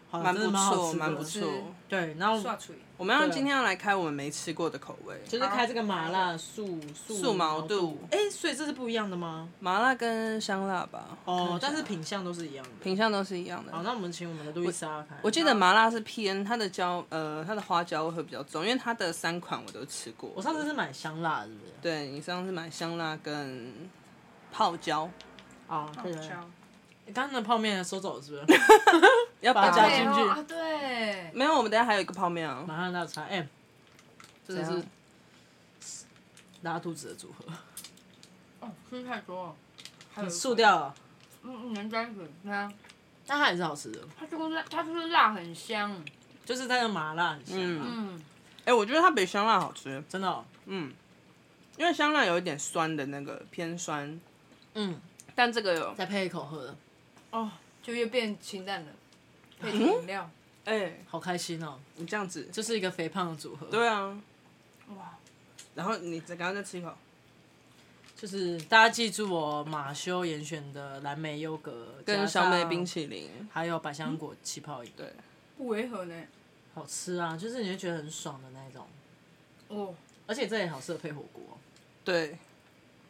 B: 好像
A: 蛮
B: 真的
A: 不
B: 蛮好
A: 错，
B: 吃的，
A: 蛮不错。
B: 对，然后
C: 刷嘴，
A: 我们要
B: 对
A: 今天要来开我们没吃过的口味，
B: 就是开这个麻辣素素
A: 素毛肚
B: 哎、所以这是不一样的吗？
A: 麻辣跟香辣吧。
B: 哦
A: 看，一下
B: 但是品相都是一样的。
A: 品相都是一样的。
B: 好，那我们请我们的路易莎开。
A: 我记得麻辣是偏它的椒，呃，它的花椒会比较重，因为它的三款我都吃过。
B: 我上次是买香辣，是不是？
A: 对你上次买香辣跟泡椒，
B: 啊，
C: 好
B: 对对。
C: 香，
B: 你刚刚的泡面收走是 不是？
A: 要
B: 把
A: 把它
B: 椒进去
C: 对哦啊，对，
A: 没有，我们等一下还有一个泡面啊，
B: 马上大餐，哎、这
A: 怎
B: 是
A: 样
B: 拉肚子的组合，
C: 哦，吃太多了，还 有一个
B: 塑，掉了，
C: 嗯，能沾水，你看，
B: 但它还是好吃的，
C: 它就是辣它就是辣很香，
B: 就是它的麻辣很香，啊
A: 嗯
C: 嗯，
A: 哎、我觉得它比香辣好吃，
B: 真的哦、
A: 嗯，因为香辣有一点酸的那个偏酸，
B: 嗯，
A: 但这个有，
B: 再配一口喝的，
C: 哦，就又变清淡了，配饮料，
A: 哎、
B: 好开心哦、
A: 你这样子，
B: 这是一个肥胖的组合，，
A: 对啊，
C: 哇，
A: 然后你再刚刚再吃一口，
B: 就是大家记住我马修严选的蓝莓优格
A: 跟小美冰，淇淋，
B: 加上还有百香果气泡饮，
A: 对，
C: 不违和呢，
B: 好吃啊，就是你会觉得很爽的那一种，
C: 哦，
B: 而且这也好适合配火锅哦、
A: 对，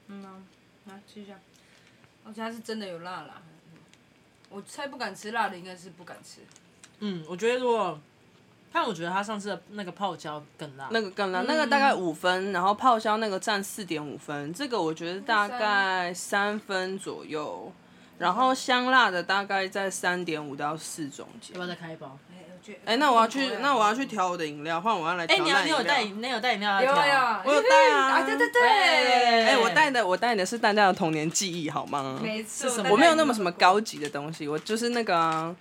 C: 嗯啊，来吃一下，而且它是真的有辣啦。我猜不敢吃辣的应该是不敢吃，
B: 嗯，我觉得如果，但我觉得他上次的那个泡椒更辣，
A: 那个更辣，那个大概五分，然后泡椒那个占四点五分，这个我觉得大概三分左右，然后香辣的大概在三点五到四中间
B: 要不。要再开一包？
C: 哎、我觉得
A: 哎、那我要去，那我要去。调我的饮料，换我要来
B: 哎、
A: 调
B: 你
A: 那
B: 要你有
A: 饮料
B: 带你有带饮料要
C: 有
B: 调啊
C: 有，
A: 我有带啊
C: 啊，对对对，
B: 哎
A: 哎、我带的我带的是大家的童年记忆，好吗？
C: 没错
B: 是什么，
A: 我没有那么什么高级的东西，我就是那个啊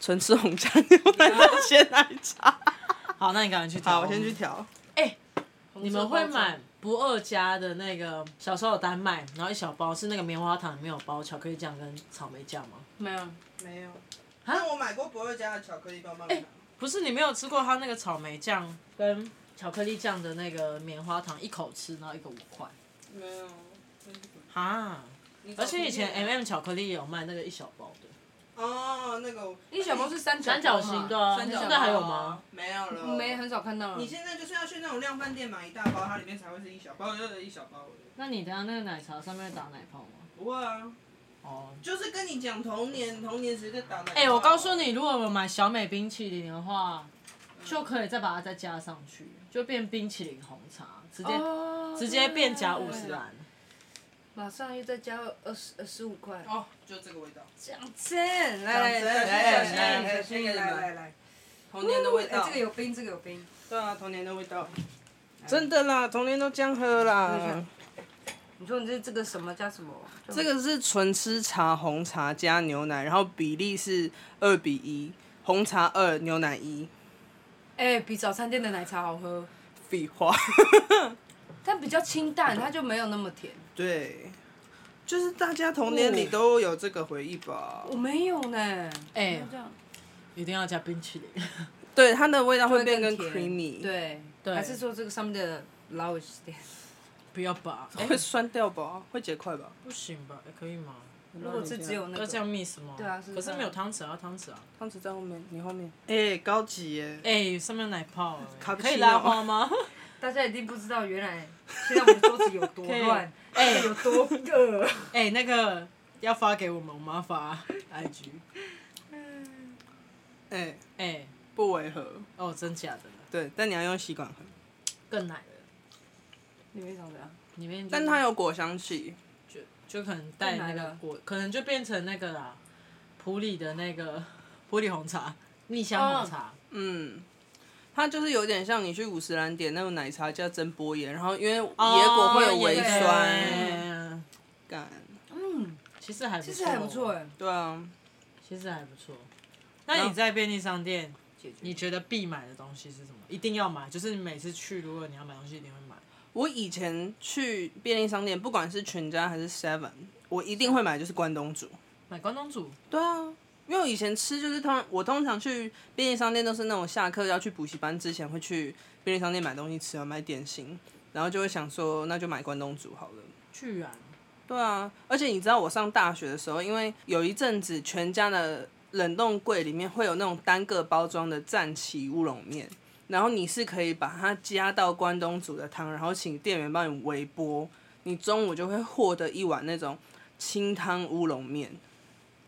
A: 纯、吃红茶牛奶的鲜奶茶。
B: 好，那你赶快去调。
A: 好，我先去。调。
B: 你们会买不二家的那个小时候有单卖，然后一小包是那个棉花糖，里面有包巧克力酱跟草莓酱吗？
C: 没有？
A: 没有，但我买过博乐家的巧克力棒棒糖。
B: 不是，你没有吃过它那个草莓酱跟巧克力酱的那个棉花糖，一口吃，然后一个五块。
A: 没有。
B: 哈，而且以前 M、M 巧克力也有卖那个一小包的
A: 哦，那个
C: 一小包是三
B: 三角形的啊，
C: 三角
B: 现
C: 包
B: 在还有吗？
A: 没有了
C: 没很少看到了。
A: 你现在就是要去那种量贩店买一大包，它里面才会是一小包，就是一小包而已。
B: 那你等下那个奶茶上面会打奶泡吗？
A: 不会啊，
B: 哦，
A: 就是跟你讲童年，童年时在打奶。
B: 哎、我告诉，你，如果我买小美冰淇淋的话，就可以再把它再加上去，就变冰淇淋红茶，直接、
C: 哦
B: 直接变加五十兰。
C: 马上又再加二十二十五块。
A: 哦，就这个味道，
C: 讲真，来来来来
A: 哎
C: 来来来，
A: 童年的味道。
C: 哎这个有冰，这个有冰。
A: 对啊，童年的味道。哎真的啦，童年都这样喝啦。
C: 你说你这这个什么加什么？
A: 这个是纯吃茶，红茶加牛奶，然后比例是二比一，红茶二，牛奶一。
C: 哎，比早餐店的奶茶好喝，
A: 废话。
C: 但比较清淡，它就没有那么甜。
A: 对，就是大家童年里都有这个回忆吧。
C: 我哦没有呢。
B: 哎、
C: 这样
B: 一定要加冰淇淋。
A: 对，它的味道会变
C: 更
A: 更
C: 甜
A: creamy，，
C: 对，
B: 对
C: 还是说这个上面的老一 点？
B: 不要吧？哎、
A: 会酸掉吧？会结块吧？
B: 不行吧？哎、可以吗？
C: 如果是只有那
B: 要这样
C: 个，
B: miss 吗？
C: 对啊是
B: 可是
C: 这样
B: 没有汤匙啊，汤匙啊。
A: 汤匙在后面，你后面。哎、高级耶！
B: 哎、上面有奶泡、
A: 卡
B: 哎，
A: 布
B: 可
A: 奇
B: 以
A: 诺
B: 拉 花吗？
C: 大家一定不知道，原来现在我们桌子有多乱，
B: 哎
C: 有多饿。
B: 哎、那个要发给我们，我们要发 IG。
A: 哎、
B: 哎、
A: 不违和。
B: 哦，真假的，
A: 对，但你要用吸管喝，
B: 更奶的，
C: 里面长怎样？
B: 里面就是
A: 但它有果香气。
B: 就就可能带那个果，可能就变成那个啦，普里的那个 普里红茶，蜜香红茶，
A: 嗯，它就是有点像你去五十兰点那种奶茶加蒸波盐，然后因为野
B: 哦
A: 果会有微
B: 对
A: 酸感。
C: 嗯，
B: 其实还
C: 其实还不错哎、
A: 对啊，
B: 其实还不错。那你在便利商店
C: 解决。
B: 你觉得必买的东西是什么？一定要买，就是你每次去，如果你要买东西，一定会买。
A: 我以前去便利商店，不管是全家还是 Seven，我一定会买就是关东煮。
B: 买关东煮，
A: 对啊，因为我以前吃就是通，我通常去便利商店都是那种下课要去补习班之前会去便利商店买东西吃啊，买点心，然后就会想说那就买关东煮好了。
B: 居然
A: 对啊，而且你知道我上大学的时候，因为有一阵子全家的冷冻柜里面会有那种单个包装的战旗乌龙面，然后你是可以把它加到关东煮的汤，然后请店员帮你微波，你中午就会获得一碗那种清汤乌龙面。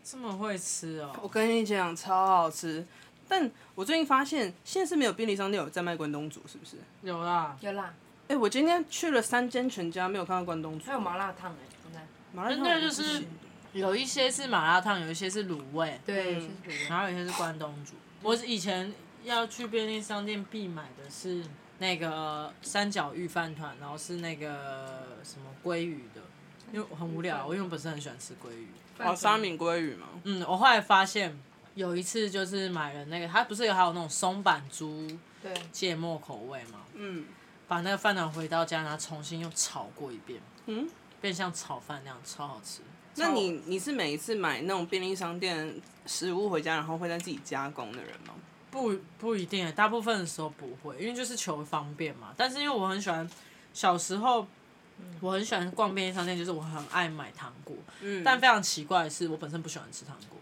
B: 这么会吃
A: 我
B: 哦！
A: 跟你讲，超好吃。但我最近发现，现在是没有便利商店有在卖关东煮，是不是？
B: 有啦，
C: 有啦，
A: 哎、我今天去了三间全家，没有看到关东煮。
C: 还有麻辣烫哎、现在。
A: 麻辣烫
B: 那
A: 我
B: 就
A: 不
B: 是
A: 行
B: 有一些是麻辣烫，有一些是卤味，
C: 对，
A: 嗯
C: 就是卤味
B: 然后有一些是关东煮。我以前要去便利商店必买的是那个三角玉饭团，然后是那个什么鲑鱼的，因为我很无聊，我因为我本身很喜欢吃鲑鱼。
A: 哦，三明鲑鱼嘛。
B: 嗯，我后来发现有一次就是买了那个，它不是有还有那种松板猪
C: 对，
B: 芥末口味吗？
A: 嗯
B: 把那个饭团回到家，然后重新又炒过一遍，
A: 嗯。
B: 变像炒饭那样，超好吃。
A: 那你你是每一次买那种便利商店食物回家，然后会在自己加工的人吗？
B: 不不一定，大部分的时候不会，因为就是求方便嘛。但是因为我很喜欢，小时候我很喜欢逛便利商店，就是我很爱买糖果。
A: 嗯
B: 但非常奇怪的是，我本身不喜欢吃糖果，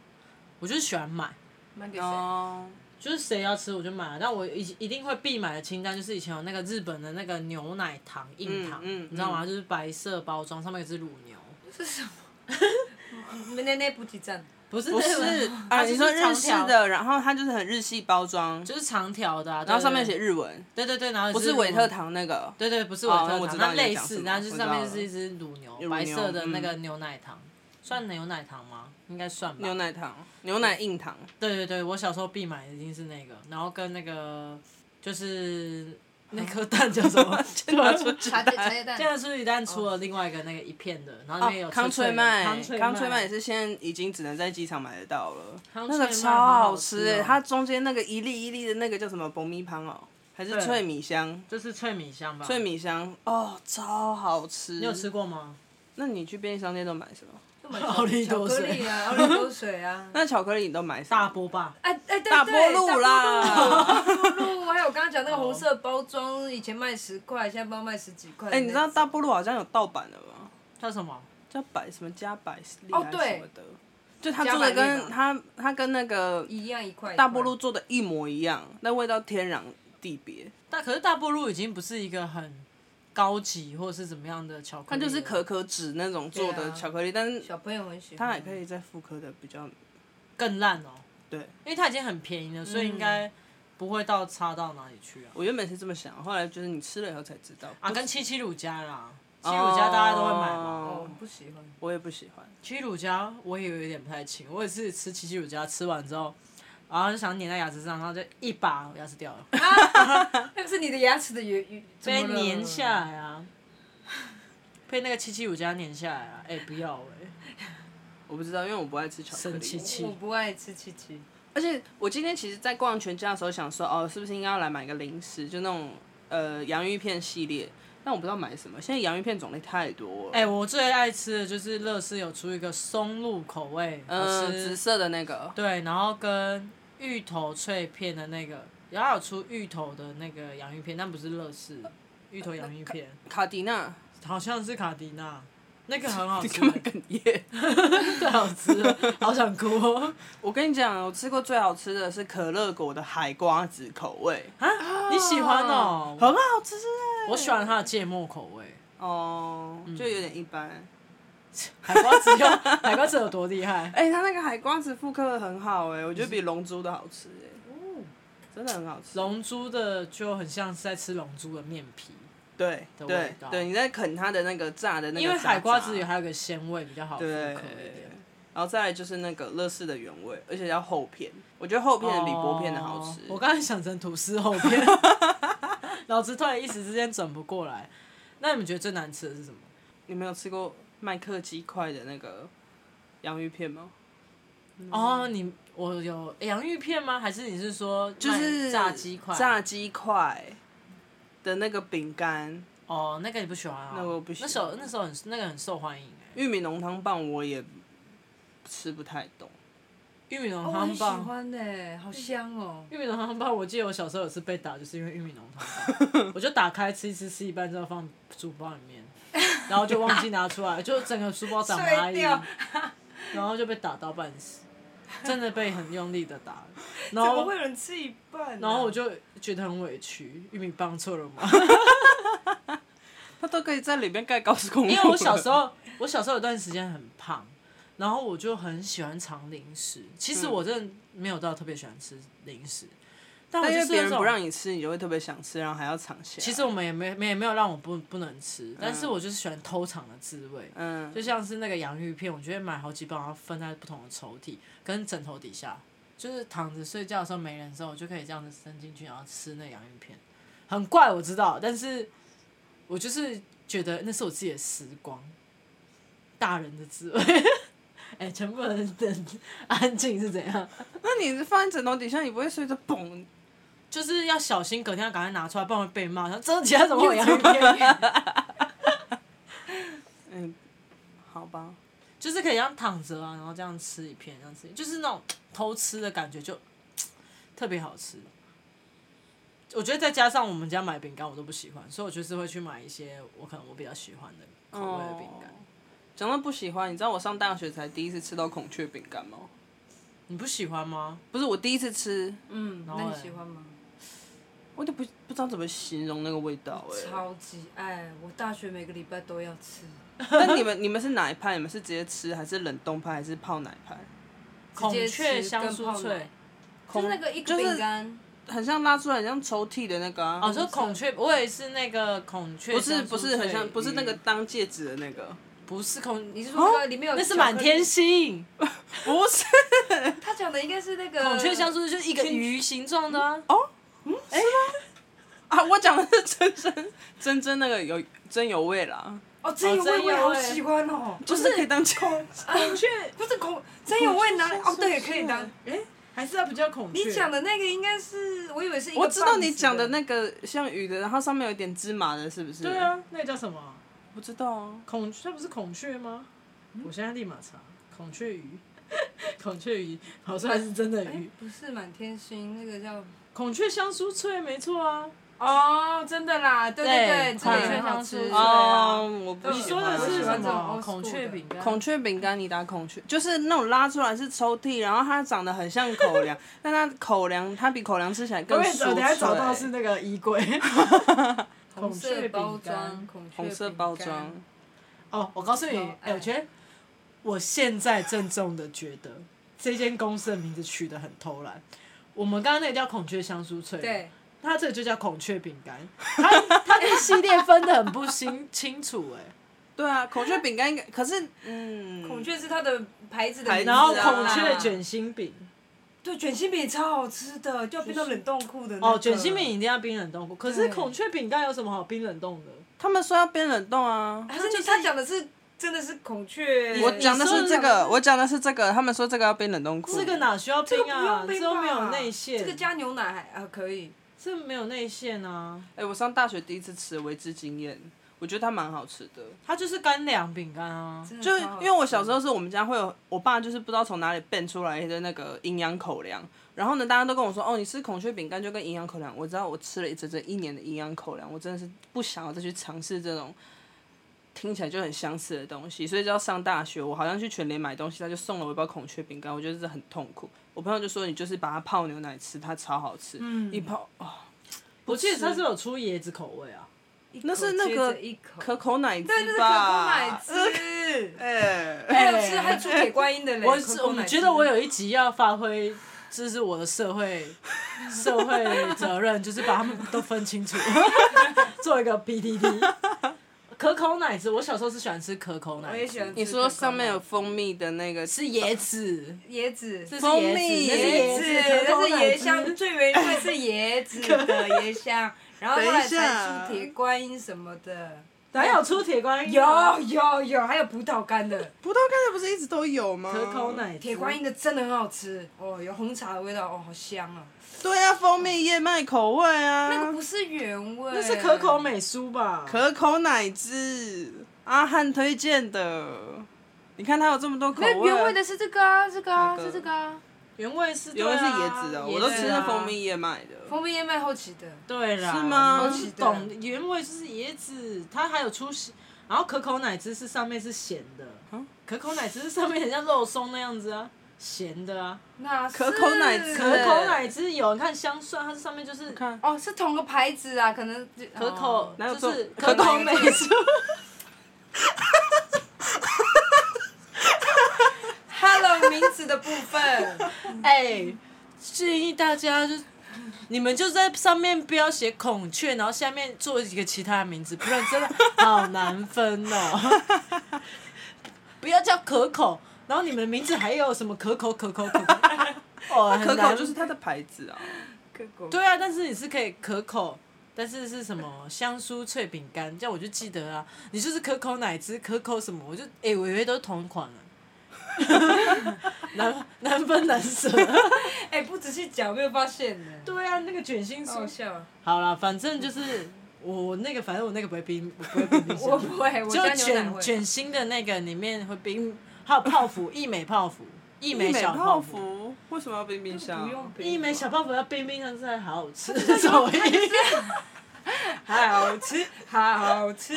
B: 我就是喜欢买，
C: 卖给谁？
A: 哦，
B: 就是谁要吃我就买了。啊但我一一定会必买的清单就是以前有那个日本的那个牛奶糖硬糖，
A: 嗯嗯
B: 你知道吗？
A: 嗯
B: 就是白色包装，上面有只乳牛。
C: 这是什么？那那补给站，
B: 不是
A: 不
B: 那个
A: 是啊，
B: 它就
A: 你说
B: 是长
A: 日式
B: 条，
A: 的，然后它就是很日系包装，
B: 就是长条的啊、
A: 然后上面
B: 对
A: 写日文，
B: 对对对，然后
A: 不
B: 也
A: 是
B: 是
A: 维特
B: 乳
A: 糖那个。
B: 对对，不是我特
A: 哦我
B: 糖，
A: 知道
B: 它
A: 你在
B: 类
A: 讲什
B: 似，
A: 么
B: 然后就是
A: 我
B: 上面
A: 知道
B: 是一只乳牛，
A: 牛嗯
B: 白色的那个牛奶糖，算牛奶糖吗？应该算吧。
A: 牛。奶糖、牛奶硬糖，
B: 对对对，我小时候必买的一定是那个，然后跟那个就是
A: 啊
B: 那颗蛋叫什 么？
A: 先拿出去
C: 茶叶茶叶蛋
B: 现，在出一蛋出了另外一个那个一片的，然后里面有
A: 哦康
B: 脆
A: 脆
B: 的
A: 麦
B: 康，脆
A: 康脆麦
B: 麦
A: 也是现在已经只能在机场买得到了，
B: 康
A: 那
B: 脆
A: 个
B: 麦
A: 超
B: 好好
A: 吃
B: 吃
A: 欸
B: 哦
A: 它中间那个一粒一粒的那个叫什么薄米汤哦，还是
B: 对
A: 脆米香？
B: 这是脆米香吧？
A: 脆，米香哦，超好吃。
B: 你有吃过吗？
A: 那你去便利商店都买什么？。
C: 就买
B: 奥利
C: 巧
B: 多
C: 克
B: 水
C: 力啊，奥利多水啊
A: 那巧克力你都买什么？
B: 大波霸，
C: 哎哎，对
A: 大
C: 对，
A: 波路
C: 大
A: 啦。
C: 波路，大波路还有我刚刚讲那个红色包装，以前卖十块，现在不知道卖十几块。
A: 哎、你知道大波路好像有盗版的吗？
B: 叫什么？
A: 叫百什么加百利
C: 哦
A: 还是
C: 对
A: 什么的，就他
C: 加
A: 做的
C: 百
A: 跟
C: 利吧
A: 他他跟那个
C: 一样一块
A: 大波路，做的一模一样，那味道天壤地别。
B: 但可是大波路已经不是一个很高级或者是怎么样的巧克
A: 它
B: 力了，
A: 就是可可脂那种做
C: 对
A: 的
C: 啊
A: 巧克力，但是
C: 小朋友很喜欢。哦
A: 它还可以再复刻的比较
B: 更烂哦。
A: 对。
B: 因为它已经很便宜了，所以应该不会到差到哪里去啊。
A: 我原本是这么想，后来就是你吃了以后才知道。
B: 啊，跟七七乳加啦，七乳加大家都会买嘛。
C: 哦，不喜欢。
A: 我也不喜欢。
B: 七七乳加我也有一点不太清，我也是吃七七乳加吃完之后，然后就想粘在牙齿上，然后就一把牙齿掉了，
C: 那个是你的牙齿的原原怎
B: 被
C: 么了
B: 粘下来啊， 被那个七七乳加粘下来啊。哎、不要哎、
A: 我不知道，因为我不爱吃巧克
B: 生
A: 力啊
B: 气。气
C: 我。不爱吃七七，
A: 而且我今天其实，在逛全家的时候，想说哦，是不是应该要来买个零食，就那种呃洋芋片系列。但我不知道买什么，现在洋芋片种类太多了。
B: 哎、我最爱吃的就是乐事有出一个松露口味，好
A: 呃，
B: 吃
A: 紫色的那个，
B: 对，然后跟芋头脆片的那个，然后有出芋头的那个洋芋片，但不是乐事
A: 呃
B: 芋头洋芋片，
A: 卡迪娜，
B: 好像是卡迪娜，那个很好
A: 你
B: 吃欸
A: 干，嘛哽咽？
B: 太好吃了，好想哭哦、
A: 我跟你讲，我吃过最好吃的是可乐果的海瓜子口味，
B: 啊！你喜欢哦、
A: 很好吃哎。
B: 我喜欢它的芥末口味，
A: 哦，就有点一般。
B: 海瓜子有海瓜子有多厉害？
A: 哎、它那个海瓜子复刻的很好哎、我觉得比龙珠的好吃哎、真的很好吃。
B: 龙珠的就很像是在吃龙珠的面皮，
A: 对
B: 的
A: 对
B: 味道
A: 对，你在啃它的那个炸的那个
B: 因为
A: 渣
B: 海瓜子
A: 渣
B: 有还有个鲜味比较好复刻
A: 对
B: 一点。
A: 然后再来就是那个乐事的原味，而且要厚片，我觉得厚片的比薄片的好吃。
B: 哦我刚才想成吐司厚 片，脑子突然一时之间转不过来。那你们觉得最难吃的是什么？
A: 你没有吃过麦克鸡块的那个洋芋片吗？
B: 哦，你我有洋芋片吗？还是你是说
A: 就是
B: 卖炸鸡块？
A: 炸鸡块的那个饼干，
B: 哦，那个你不喜欢啊？
A: 那个我不喜欢
B: 那时候那时候很那个很受欢迎哎、
A: 玉米浓汤棒我也吃不太懂。
B: 玉米浓
C: 哦我很
B: 汤
C: 喜
B: 棒。
C: 欢呢，好香哦。
B: 玉米浓汤棒，我记得我小时候有次被打，就是因为玉米浓汤 棒，我就打开吃一吃，吃一半之后放书包里面，然后就忘记拿出来，就整个书包长蚂
C: 碎
B: 蚁，
C: 掉，
B: 然后就被打到半死，真的被很用力的打，然
C: 怎么
B: 后
C: 会有人吃一半、啊
B: 然后我，就觉得很委屈，玉米棒错了吗？
A: 他都可以在里面盖高速公路。
B: 因为我小时，候，我小时候有段时间很胖，然后我就很喜欢尝零食。其
A: 嗯
B: 实我真的没有到特别喜欢吃零食，但我
A: 但
B: 就
A: 因
B: 是
A: 为别人
B: 那种
A: 不让你吃，你就会特别想吃，然后还要尝下。
B: 其实我们也没没也没有让我不不能吃，但是我就是喜欢偷尝的滋味。
A: 嗯，
B: 就像是那个洋芋片，我就会买好几包，然后分在不同的抽屉跟枕头底下，就是躺着睡觉的时候没人的时候，我就可以这样子伸进去，然后吃那洋芋片。很怪我知道，但是我就是觉得那是我自己的时光，大人的滋味。 哎、全部人等安静是怎样？
A: 那你放在枕头底下，你不会睡着嘣？
B: 就是要小心，隔天要赶快拿出来，不然会被骂。然后真的起来怎么会有洋芋片？
A: 嗯，好吧，
B: 就是可以这样躺着啊，然后这样吃一片，这样吃，就是那种偷吃的感觉就特别好吃。我觉得再加上我们家买饼干我都不喜欢，所以我就是会去买一些我可能我比较喜欢的口味的饼干。
A: 哦讲到不喜欢，你知道我上大学才第一次吃到孔雀饼干吗？
B: 你不喜欢吗？
A: 不是我第一次吃，
C: 嗯，
B: 然
C: 那
B: 后
C: 你
B: 嘞
C: 喜欢吗？
A: 我就不不知道怎么形容那个味道哎、
C: 超级爱，我大学每个礼拜都要吃，
A: 那你们你们是哪一派？你们是直接吃，还是冷冻派，还是泡奶派？
B: 孔
C: 直接吃
B: 雀香
C: 跟
B: 酥
C: 泡
B: 脆
C: 奶，就是那个一个
A: 就是
C: 饼干，
A: 很像拉出来，很像抽屉的那个啊。
B: 哦，说孔雀，我也是那个孔雀
A: 不
B: 香酥脆，嗯
A: 是不是很像，不是那个当戒指的那个，
B: 不是孔，
C: 你
B: 你
C: 是说那个里面有？
B: 哦那是满天。星，
A: 不是。
C: 他讲的应该是那个
B: 孔雀香酥就是一个鱼形状的啊。
A: 啊，我讲的是真真真真那个有真有味啦，
C: 哦，真有
B: 哦
C: 味，
B: 真
C: 我也
B: 有
C: 好
B: 味
C: 喜欢哦。
A: 就是可以当戒
C: 孔雀不是孔，真有味拿来哦，对，可以拿。哎，
B: 还是它不叫孔
C: 你讲的那个应该是，我以为是一个
A: 我知道你讲的
C: 棒子
A: 那个像鱼的，然后上面有一点芝麻的，是不是？
B: 对，啊，那个叫什么啊？
A: 不知道啊。
B: 孔雀不是孔雀吗？我现在立马查孔雀鱼， 孔雀鱼好像还是真的
C: 的，哎
B: 鱼。，
C: 不是满天星，那个叫
B: 孔雀香酥脆，没错啊。
C: 哦，真的啦，对对
B: 对
C: 对，这个也
A: 孔雀
C: 很好
B: 香酥
C: 吃。
B: 对
A: 哦
B: 啊，
A: 我不
C: 对
A: 喜
B: 你说
A: 欢
B: 的
C: 我
B: 是
C: 喜
B: 什
C: 欢这种
B: 么？
C: old school
B: 孔雀
C: 的
B: 饼干。
A: 孔雀饼干，你打孔雀，就是那种拉出来是抽屉，然后它长得很像口粮，但它口粮它比口粮吃起来更
B: 我也
A: 酥
B: 找，
A: 脆。
B: 等下找到是那个衣柜。孔
C: 红色
B: 雀
C: 包
B: 饼
C: 装，
B: 干。
C: 孔雀
A: 红色
C: 饼
A: 包
C: 干
A: 装，
B: 哦，我告诉你，
C: 有
B: 哎、我觉得我现在郑重的觉得这间公司的名字取得很偷懒。我们刚刚那个叫孔雀香酥脆，
C: 对，
B: 它这个就叫孔雀饼 干，它它这系列分的很不清清楚哎、
A: 对啊，孔雀饼干应该，可是嗯，
C: 孔雀是它的牌子的
A: 牌子
C: 名字
B: 然
C: 啊，
B: 后孔雀卷心饼，
C: 对卷心饼也超好吃的，就要冰到冷冻库的那个
B: 哦，卷心饼一定要冰冷冻库，可是
C: 对
B: 孔雀饼干有什么好冰冷冻的？
A: 他们说要变冷冻啊。
B: 哎
C: 还是你他讲的是真的是孔雀？
A: 我讲的是这
B: 你说的
A: 个，我讲的是这个，他们说这个要变冷冻库。
B: 这个哪需要冰
C: 这个不
B: 啊？
C: 用冰
B: 这都
C: 吧
B: 没有内馅，
C: 这个加牛奶还啊可以。
B: 这没有内馅啊，
A: 哎、我上大学第一次吃，为之惊艳。我觉得它蛮好吃的，
B: 它就是干粮饼干啊。
C: 真的
A: 就是
C: 超好
A: 因为我小时
C: 吃
A: 候是我们家会有，我爸就是不知道从哪里变出来的那个营养口粮，然后呢，大家都跟我说，哦，你吃孔雀饼干就跟营养口粮。我知道我吃了一整整一年的营养口粮，我真的是不想要再去尝试这种听起来就很相似的东西，所以就要上大学，我好像去全联买东西，他就送了我一包孔雀饼干，我觉得这很痛苦。我朋友就说你就是把它泡牛奶吃，它超好
C: 嗯
A: 吃，一泡哦，
B: 我记得
A: 吃
B: 它是有出椰子口味啊，
C: 一口
A: 那是那
C: 接
A: 个
C: 着一口
A: 可哎口奶汁吧？
C: 对，那是可口奶 汁。 还有
A: 哎
C: 吃还有出铁观音的嘞，
B: 我
C: 可
B: 是
C: 口
B: 我
C: 奶汁
B: 觉得我有一集要发挥，这是我的社会 社会责任，就是把他们都分清楚， 做一个 PPT。可口奶汁，我小时候是喜欢吃可口奶汁，
C: 我也喜欢吃
A: 你说上面有蜂蜜的那个
B: 是椰子，
C: 椰子，
B: 这是
A: 蜂
B: 椰
A: 蜜
B: 子，这是
C: 椰
B: 椰
C: 子，
B: 子，可
C: 那
B: 口
C: 是
B: 奶汁
C: 椰香，最原 味是椰子的椰香，然后后来才出铁观音什么的。
B: 哪有出铁观音？啊
C: 有有有，还有葡萄干的，
A: 葡萄干的不是一直都有吗？
B: 可口奶
C: 铁观音的真的很好吃哦，有红茶的味道哦，好香啊！
A: 对啊，蜂蜜燕麦口味啊，
C: 那个不是原味，
B: 那是可口美舒吧？
A: 可口奶汁，阿汉推荐的。你看它有这么多口
C: 没有
A: 味，啊
C: 原味的是这个啊，这个啊，
A: 哪个
C: 是这个啊，
B: 原味是啊
A: 有的是椰子的，我都吃
B: 的
A: 的蜂。蜜燕麦的。
C: 蜂蜜燕麦后期的，
B: 对啦，
A: 是吗
B: 我不懂原味就是椰子，它还有出咸，然后可口奶汁是上面是咸的，
A: 啊
B: 可口奶汁是上面很像肉松那样子啊，咸的啊。
C: 那是
A: 可口奶汁
B: 可口奶汁有，你看香蒜，它是上面就是可
A: 看，
C: 哦，是同个牌子啊，可能就
B: 口
C: 哦，
A: 哪有
B: 就
A: 这
B: 是
A: 种
B: 可口美舒。
C: Hello 名字的部分，
B: 哎，建议大家就你们就在上面标写孔雀，然后下面做一个其他的名字，不然真的好难分 哦。不要叫可口，然后你们的名字还有什么可口可口可口？ 哦，
A: 可
B: 很
A: 口
B: 难
A: 就是它的牌子啊。
C: 可口
B: 对啊，但是你是可以可口，但是是什么香酥脆饼干，这样我就记得啊。你就是可口奶汁、可口什么，我就哎、我以为都是同款啊。 难难分难舍。
C: 哎、不仔细讲没有发现呢，
B: 对啊，那个卷心
C: 好好笑啊。
B: 好了，反正就是我我那个，反正我那个不会冰，我不会冰冰
C: 我
B: 箱。
C: 不会，我
B: 就
C: 家牛奶
B: 卷
C: 会。
B: 卷心的那个里面会冰，还有泡芙，一美泡芙，一美小
A: 泡
B: 泡。
A: 芙为什么要冰冰箱？
C: 不用冰
B: 一美小泡芙要冰冰的，真的好好吃， 什么意思？
C: 好吃，好吃。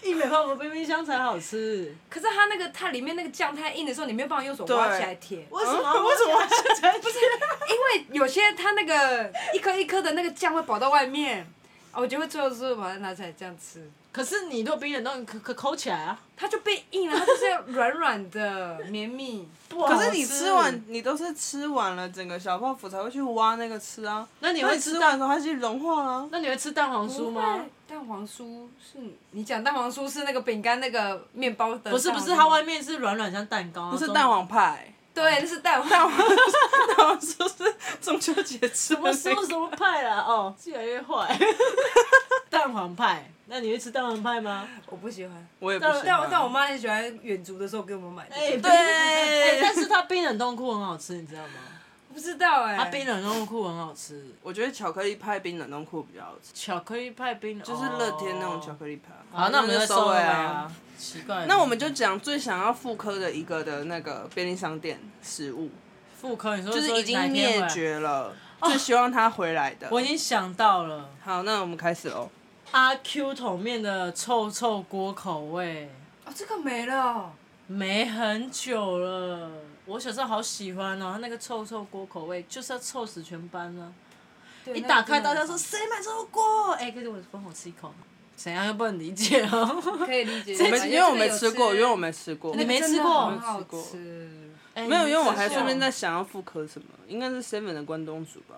B: 一美泡芙冰冰箱才好吃，
C: 可是它那个它里面那个酱太硬的时候，你没有办法用手挖起来舔，
B: 为什么？ 为什么现在 不是？
C: 因为有些它那个一颗一颗的那个酱会跑到外面，啊，我就会最后是把它拿起来这样吃，
B: 可是你如果冰冷冻，可可抠起来啊，
C: 它就变硬了，它就是要软软的、绵密。
B: 不好
A: 可是你吃完，，你都是吃完了整个小泡芙才会去挖那个吃啊。
B: 那你
A: 那
B: 会
A: 你吃
B: 吃
A: 完的
B: 蛋？
A: 时候它就融化了啊。
B: 那你会吃蛋黄酥吗？？
C: 蛋黄酥是你讲蛋黄酥是那个饼干那个面包的蛋黄酥，
B: 不是不是，它外面是软软像蛋糕，啊
A: 不是
B: 哦中
A: 蛋黄派，
C: 对，那是蛋 黄。
A: 蛋黄就是中秋节
B: 什
A: 吃
B: 么
A: 的
B: 什
A: 那
B: 么
A: 个。
B: 什么派啦？哦，越来越 坏。蛋黄派，那你会吃蛋黄派吗？
C: 我不喜欢，
A: 我也不
B: 但
A: 喜
C: 但我
A: 欢
C: 但我妈很喜欢远足的时候给我们买的。
B: 哎、
A: 对
B: 哎但是它冰冷冻库很好吃，你知道吗？
C: 我不知道哎、
B: 它冰冷冻库很好吃，
A: 我觉得巧克力派冰冷冻库比较好吃，
B: 巧克力派冰冷
A: 就是乐天那种巧
B: 力。
A: 克力派。
B: 好，那我们就
A: 就
B: 收
A: 尾
B: 尾啊。。奇怪，
A: 那我们就讲最想要复刻的一个的那个便利商店食物，
B: 复刻，你说
A: 就是已经
B: 哪一天回
A: 灭
B: 来。
A: 绝了，最希望它回来的。
B: 我已经想到了，
A: 好，那我们开始哦喽。
B: 阿 Q 桶面的臭臭锅口味，
C: 哦，这个没了。
B: 没很久了。我小时候好喜欢哦，它那个臭臭锅口味就是要臭死全班啊呢、
C: 对
B: 一打开，大家说谁买这个锅？哎、可是我帮我吃一口，怎啊样又不能理解 哦。
C: 可以理解，
A: 我们因为我没吃过，因为我没吃过。
B: 你没
C: 真的
B: 吃过
C: 很好吃。
B: 哎
A: 没有，因为我还
B: 你吃过
A: 顺便在想要复刻什么，应该是 seven 的关东煮吧。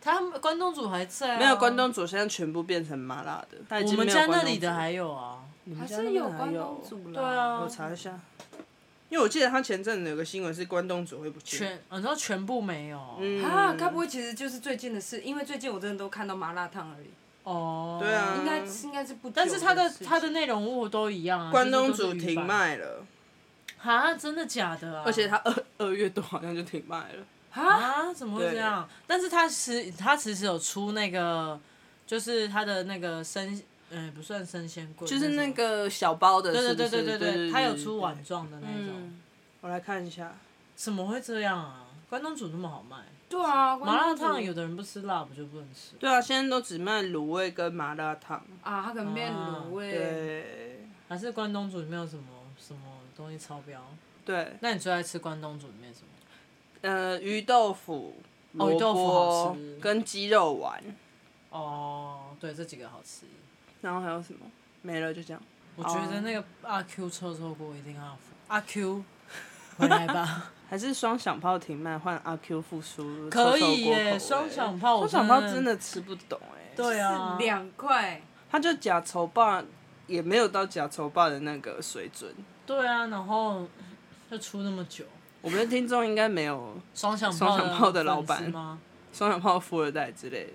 B: 他们关东煮还在、啊，
A: 没有关。东煮，现在全部变成麻辣的。它已
B: 我
A: 经没
B: 们
A: 有
B: 家
A: 关
B: 那
A: 东
B: 里的
A: 煮
B: 还有啊，
A: 你
C: 还
A: 们家那
C: 是
A: 边
C: 有
A: 还
C: 关东煮啦。
B: 对啊
A: 我查一下，因为我记得他前阵子有个新闻是关东煮会不见。
B: 全你知道嗯全部没有哦
A: 嗯
C: 啊，该不会其实就是最近的事？因为最近我真的都看到麻辣烫而已，
B: 哦。
A: 对啊
C: 应该是应该是不久事情。
B: 但是它的它的内容物都一样啊，
A: 关东
B: 就是
A: 煮
B: 都是鱼
A: 停
B: 板
A: 卖了，
B: 啊，真的假的啊？
A: 而且他二二月多好像就停卖了。
C: 啊，
B: 啊，怎么会这
A: 对
B: 样？但是它其实它其实有出那个，就是它的那个生，嗯、不算生鲜柜，
A: 就是
B: 那
A: 那
B: 种
A: 个小包的，
B: 对
A: 是不
B: 对
A: 是
B: 对
A: 对
B: 对，它有出碗。状的那
A: 对
B: 种。
A: 嗯，我来看一下，
B: 怎么会这样啊？关东煮那么好卖，
C: 对啊，
B: 麻辣
C: 关东煮
B: 烫有的人不吃辣，不就不能吃？
A: 对啊，现在都只卖卤味跟麻辣烫。
C: 啊，它可能变卤欸味。
A: 对
B: 还是关东煮里面有什么什么东西超标？
A: 对，
B: 那你最爱吃关东煮里面什么？
A: 呃，鱼豆腐、
B: 哦鱼
A: 萝
B: 豆腐好
A: 卜
B: 吃
A: 跟鸡肉丸，
B: 哦，对，这几个好吃。
A: 然后还有什么？没了，就这样。
B: 我觉得那个阿 Q 臭臭锅一定要付阿 Q 回来 吧，
A: 还是双响炮停卖换阿 Q 复苏，
B: 可
A: 臭臭
B: 以
A: 锅口
B: 耶！
A: 味
B: 双响炮我
A: 双响炮真的吃不懂哎，
B: 对啊
C: 是，两块，
A: 它就假丑霸，也没有到假丑霸的那个水准。
B: 对啊，然后就出那么久，
A: 我们的听众应该没有
B: 双响
A: 双响炮的老
B: 粉丝
A: 板
B: 吗？
A: 双响炮富二代之类的，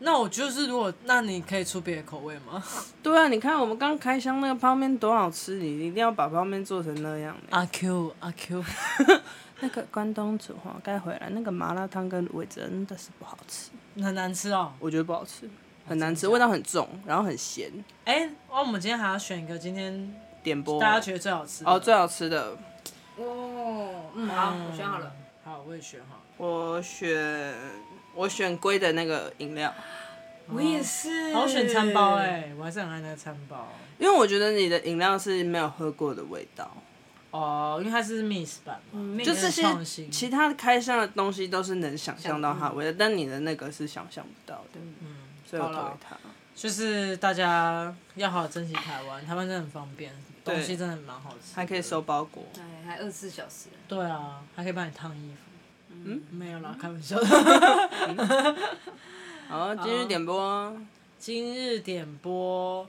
B: 那我就是如果，那你可以出别的口味吗？
A: 对啊，你看我们刚开箱那个泡面多好吃，你一定要把泡面做成那样、欸。
B: 阿 Q 阿 Q，
A: 那个关东煮哈，该回来那个麻辣烫跟味真的是不好吃，
B: 很难吃哦。
A: 我觉得不好吃，很难吃，味道很重，然后很咸。
B: 哎、哦，我们今天还要选一个，今天
A: 点播
B: 大家觉得最好吃的
A: 哦，最好吃的
C: 哦，嗯，好，
B: 嗯
C: 我选好了。
B: 好，我也选好了。
A: 我选我选龟的那个饮料，
C: 我也是
B: 嗯好，我选餐包哎、我还是很爱那个餐包
A: 因为我觉得你的饮料是没有喝过的味道。
B: 哦，因为它是 miss 版嘛，
C: 嗯
A: 就这
B: 有点创
A: 些
B: 新
A: 其他开箱的东西都是能想象到它的味道，但你的那个是想象不到的，
B: 嗯，
A: 所以我
B: 好
A: 投
B: 啦
A: 给它。
B: 就是大家要好好珍惜台湾，台湾真的很方便，东西真的蛮好吃的，
A: 还可以收包裹，
C: 哎，还二十四小时，
B: 对啊，还可以帮你烫衣服。嗯，没有啦，开玩笑。
A: 好，今日点播啊，
B: 今日点播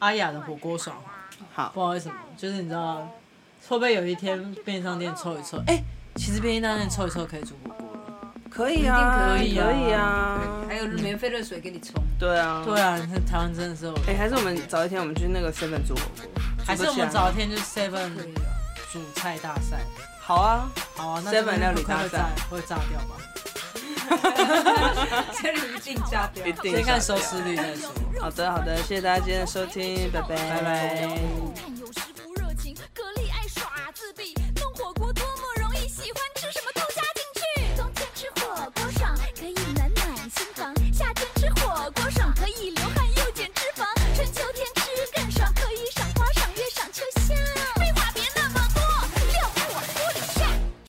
B: 阿雅的火锅爽滑，不
A: 好，
B: 好意思，就是你知道会不会有一天便利商店凑一凑？哎、其实便利商店凑一凑可以煮火锅了。
A: 可以啊，
C: 一
B: 可以
C: 定
B: 啊
A: 可以啊，
C: 还有免费热水给 你冲。
A: 对啊，
B: 对，啊，你看台湾真的是有，
A: 哎，还是我们早一天我们去那个 seven 做火锅，
B: 还是我们早一天就是 Seven
C: 对啊
B: 煮菜大赛。
A: 好啊，
B: 好啊，那
A: Seven 料理
B: 会
A: 大
B: 会
A: 赛
B: 炸会炸掉吧？
C: 这里一定加掉
A: 一。定
B: 先看收
A: 下掉
B: 视率再说。
A: 好的好的，谢谢大家今天的收听，拜拜
B: 拜拜
D: 看有时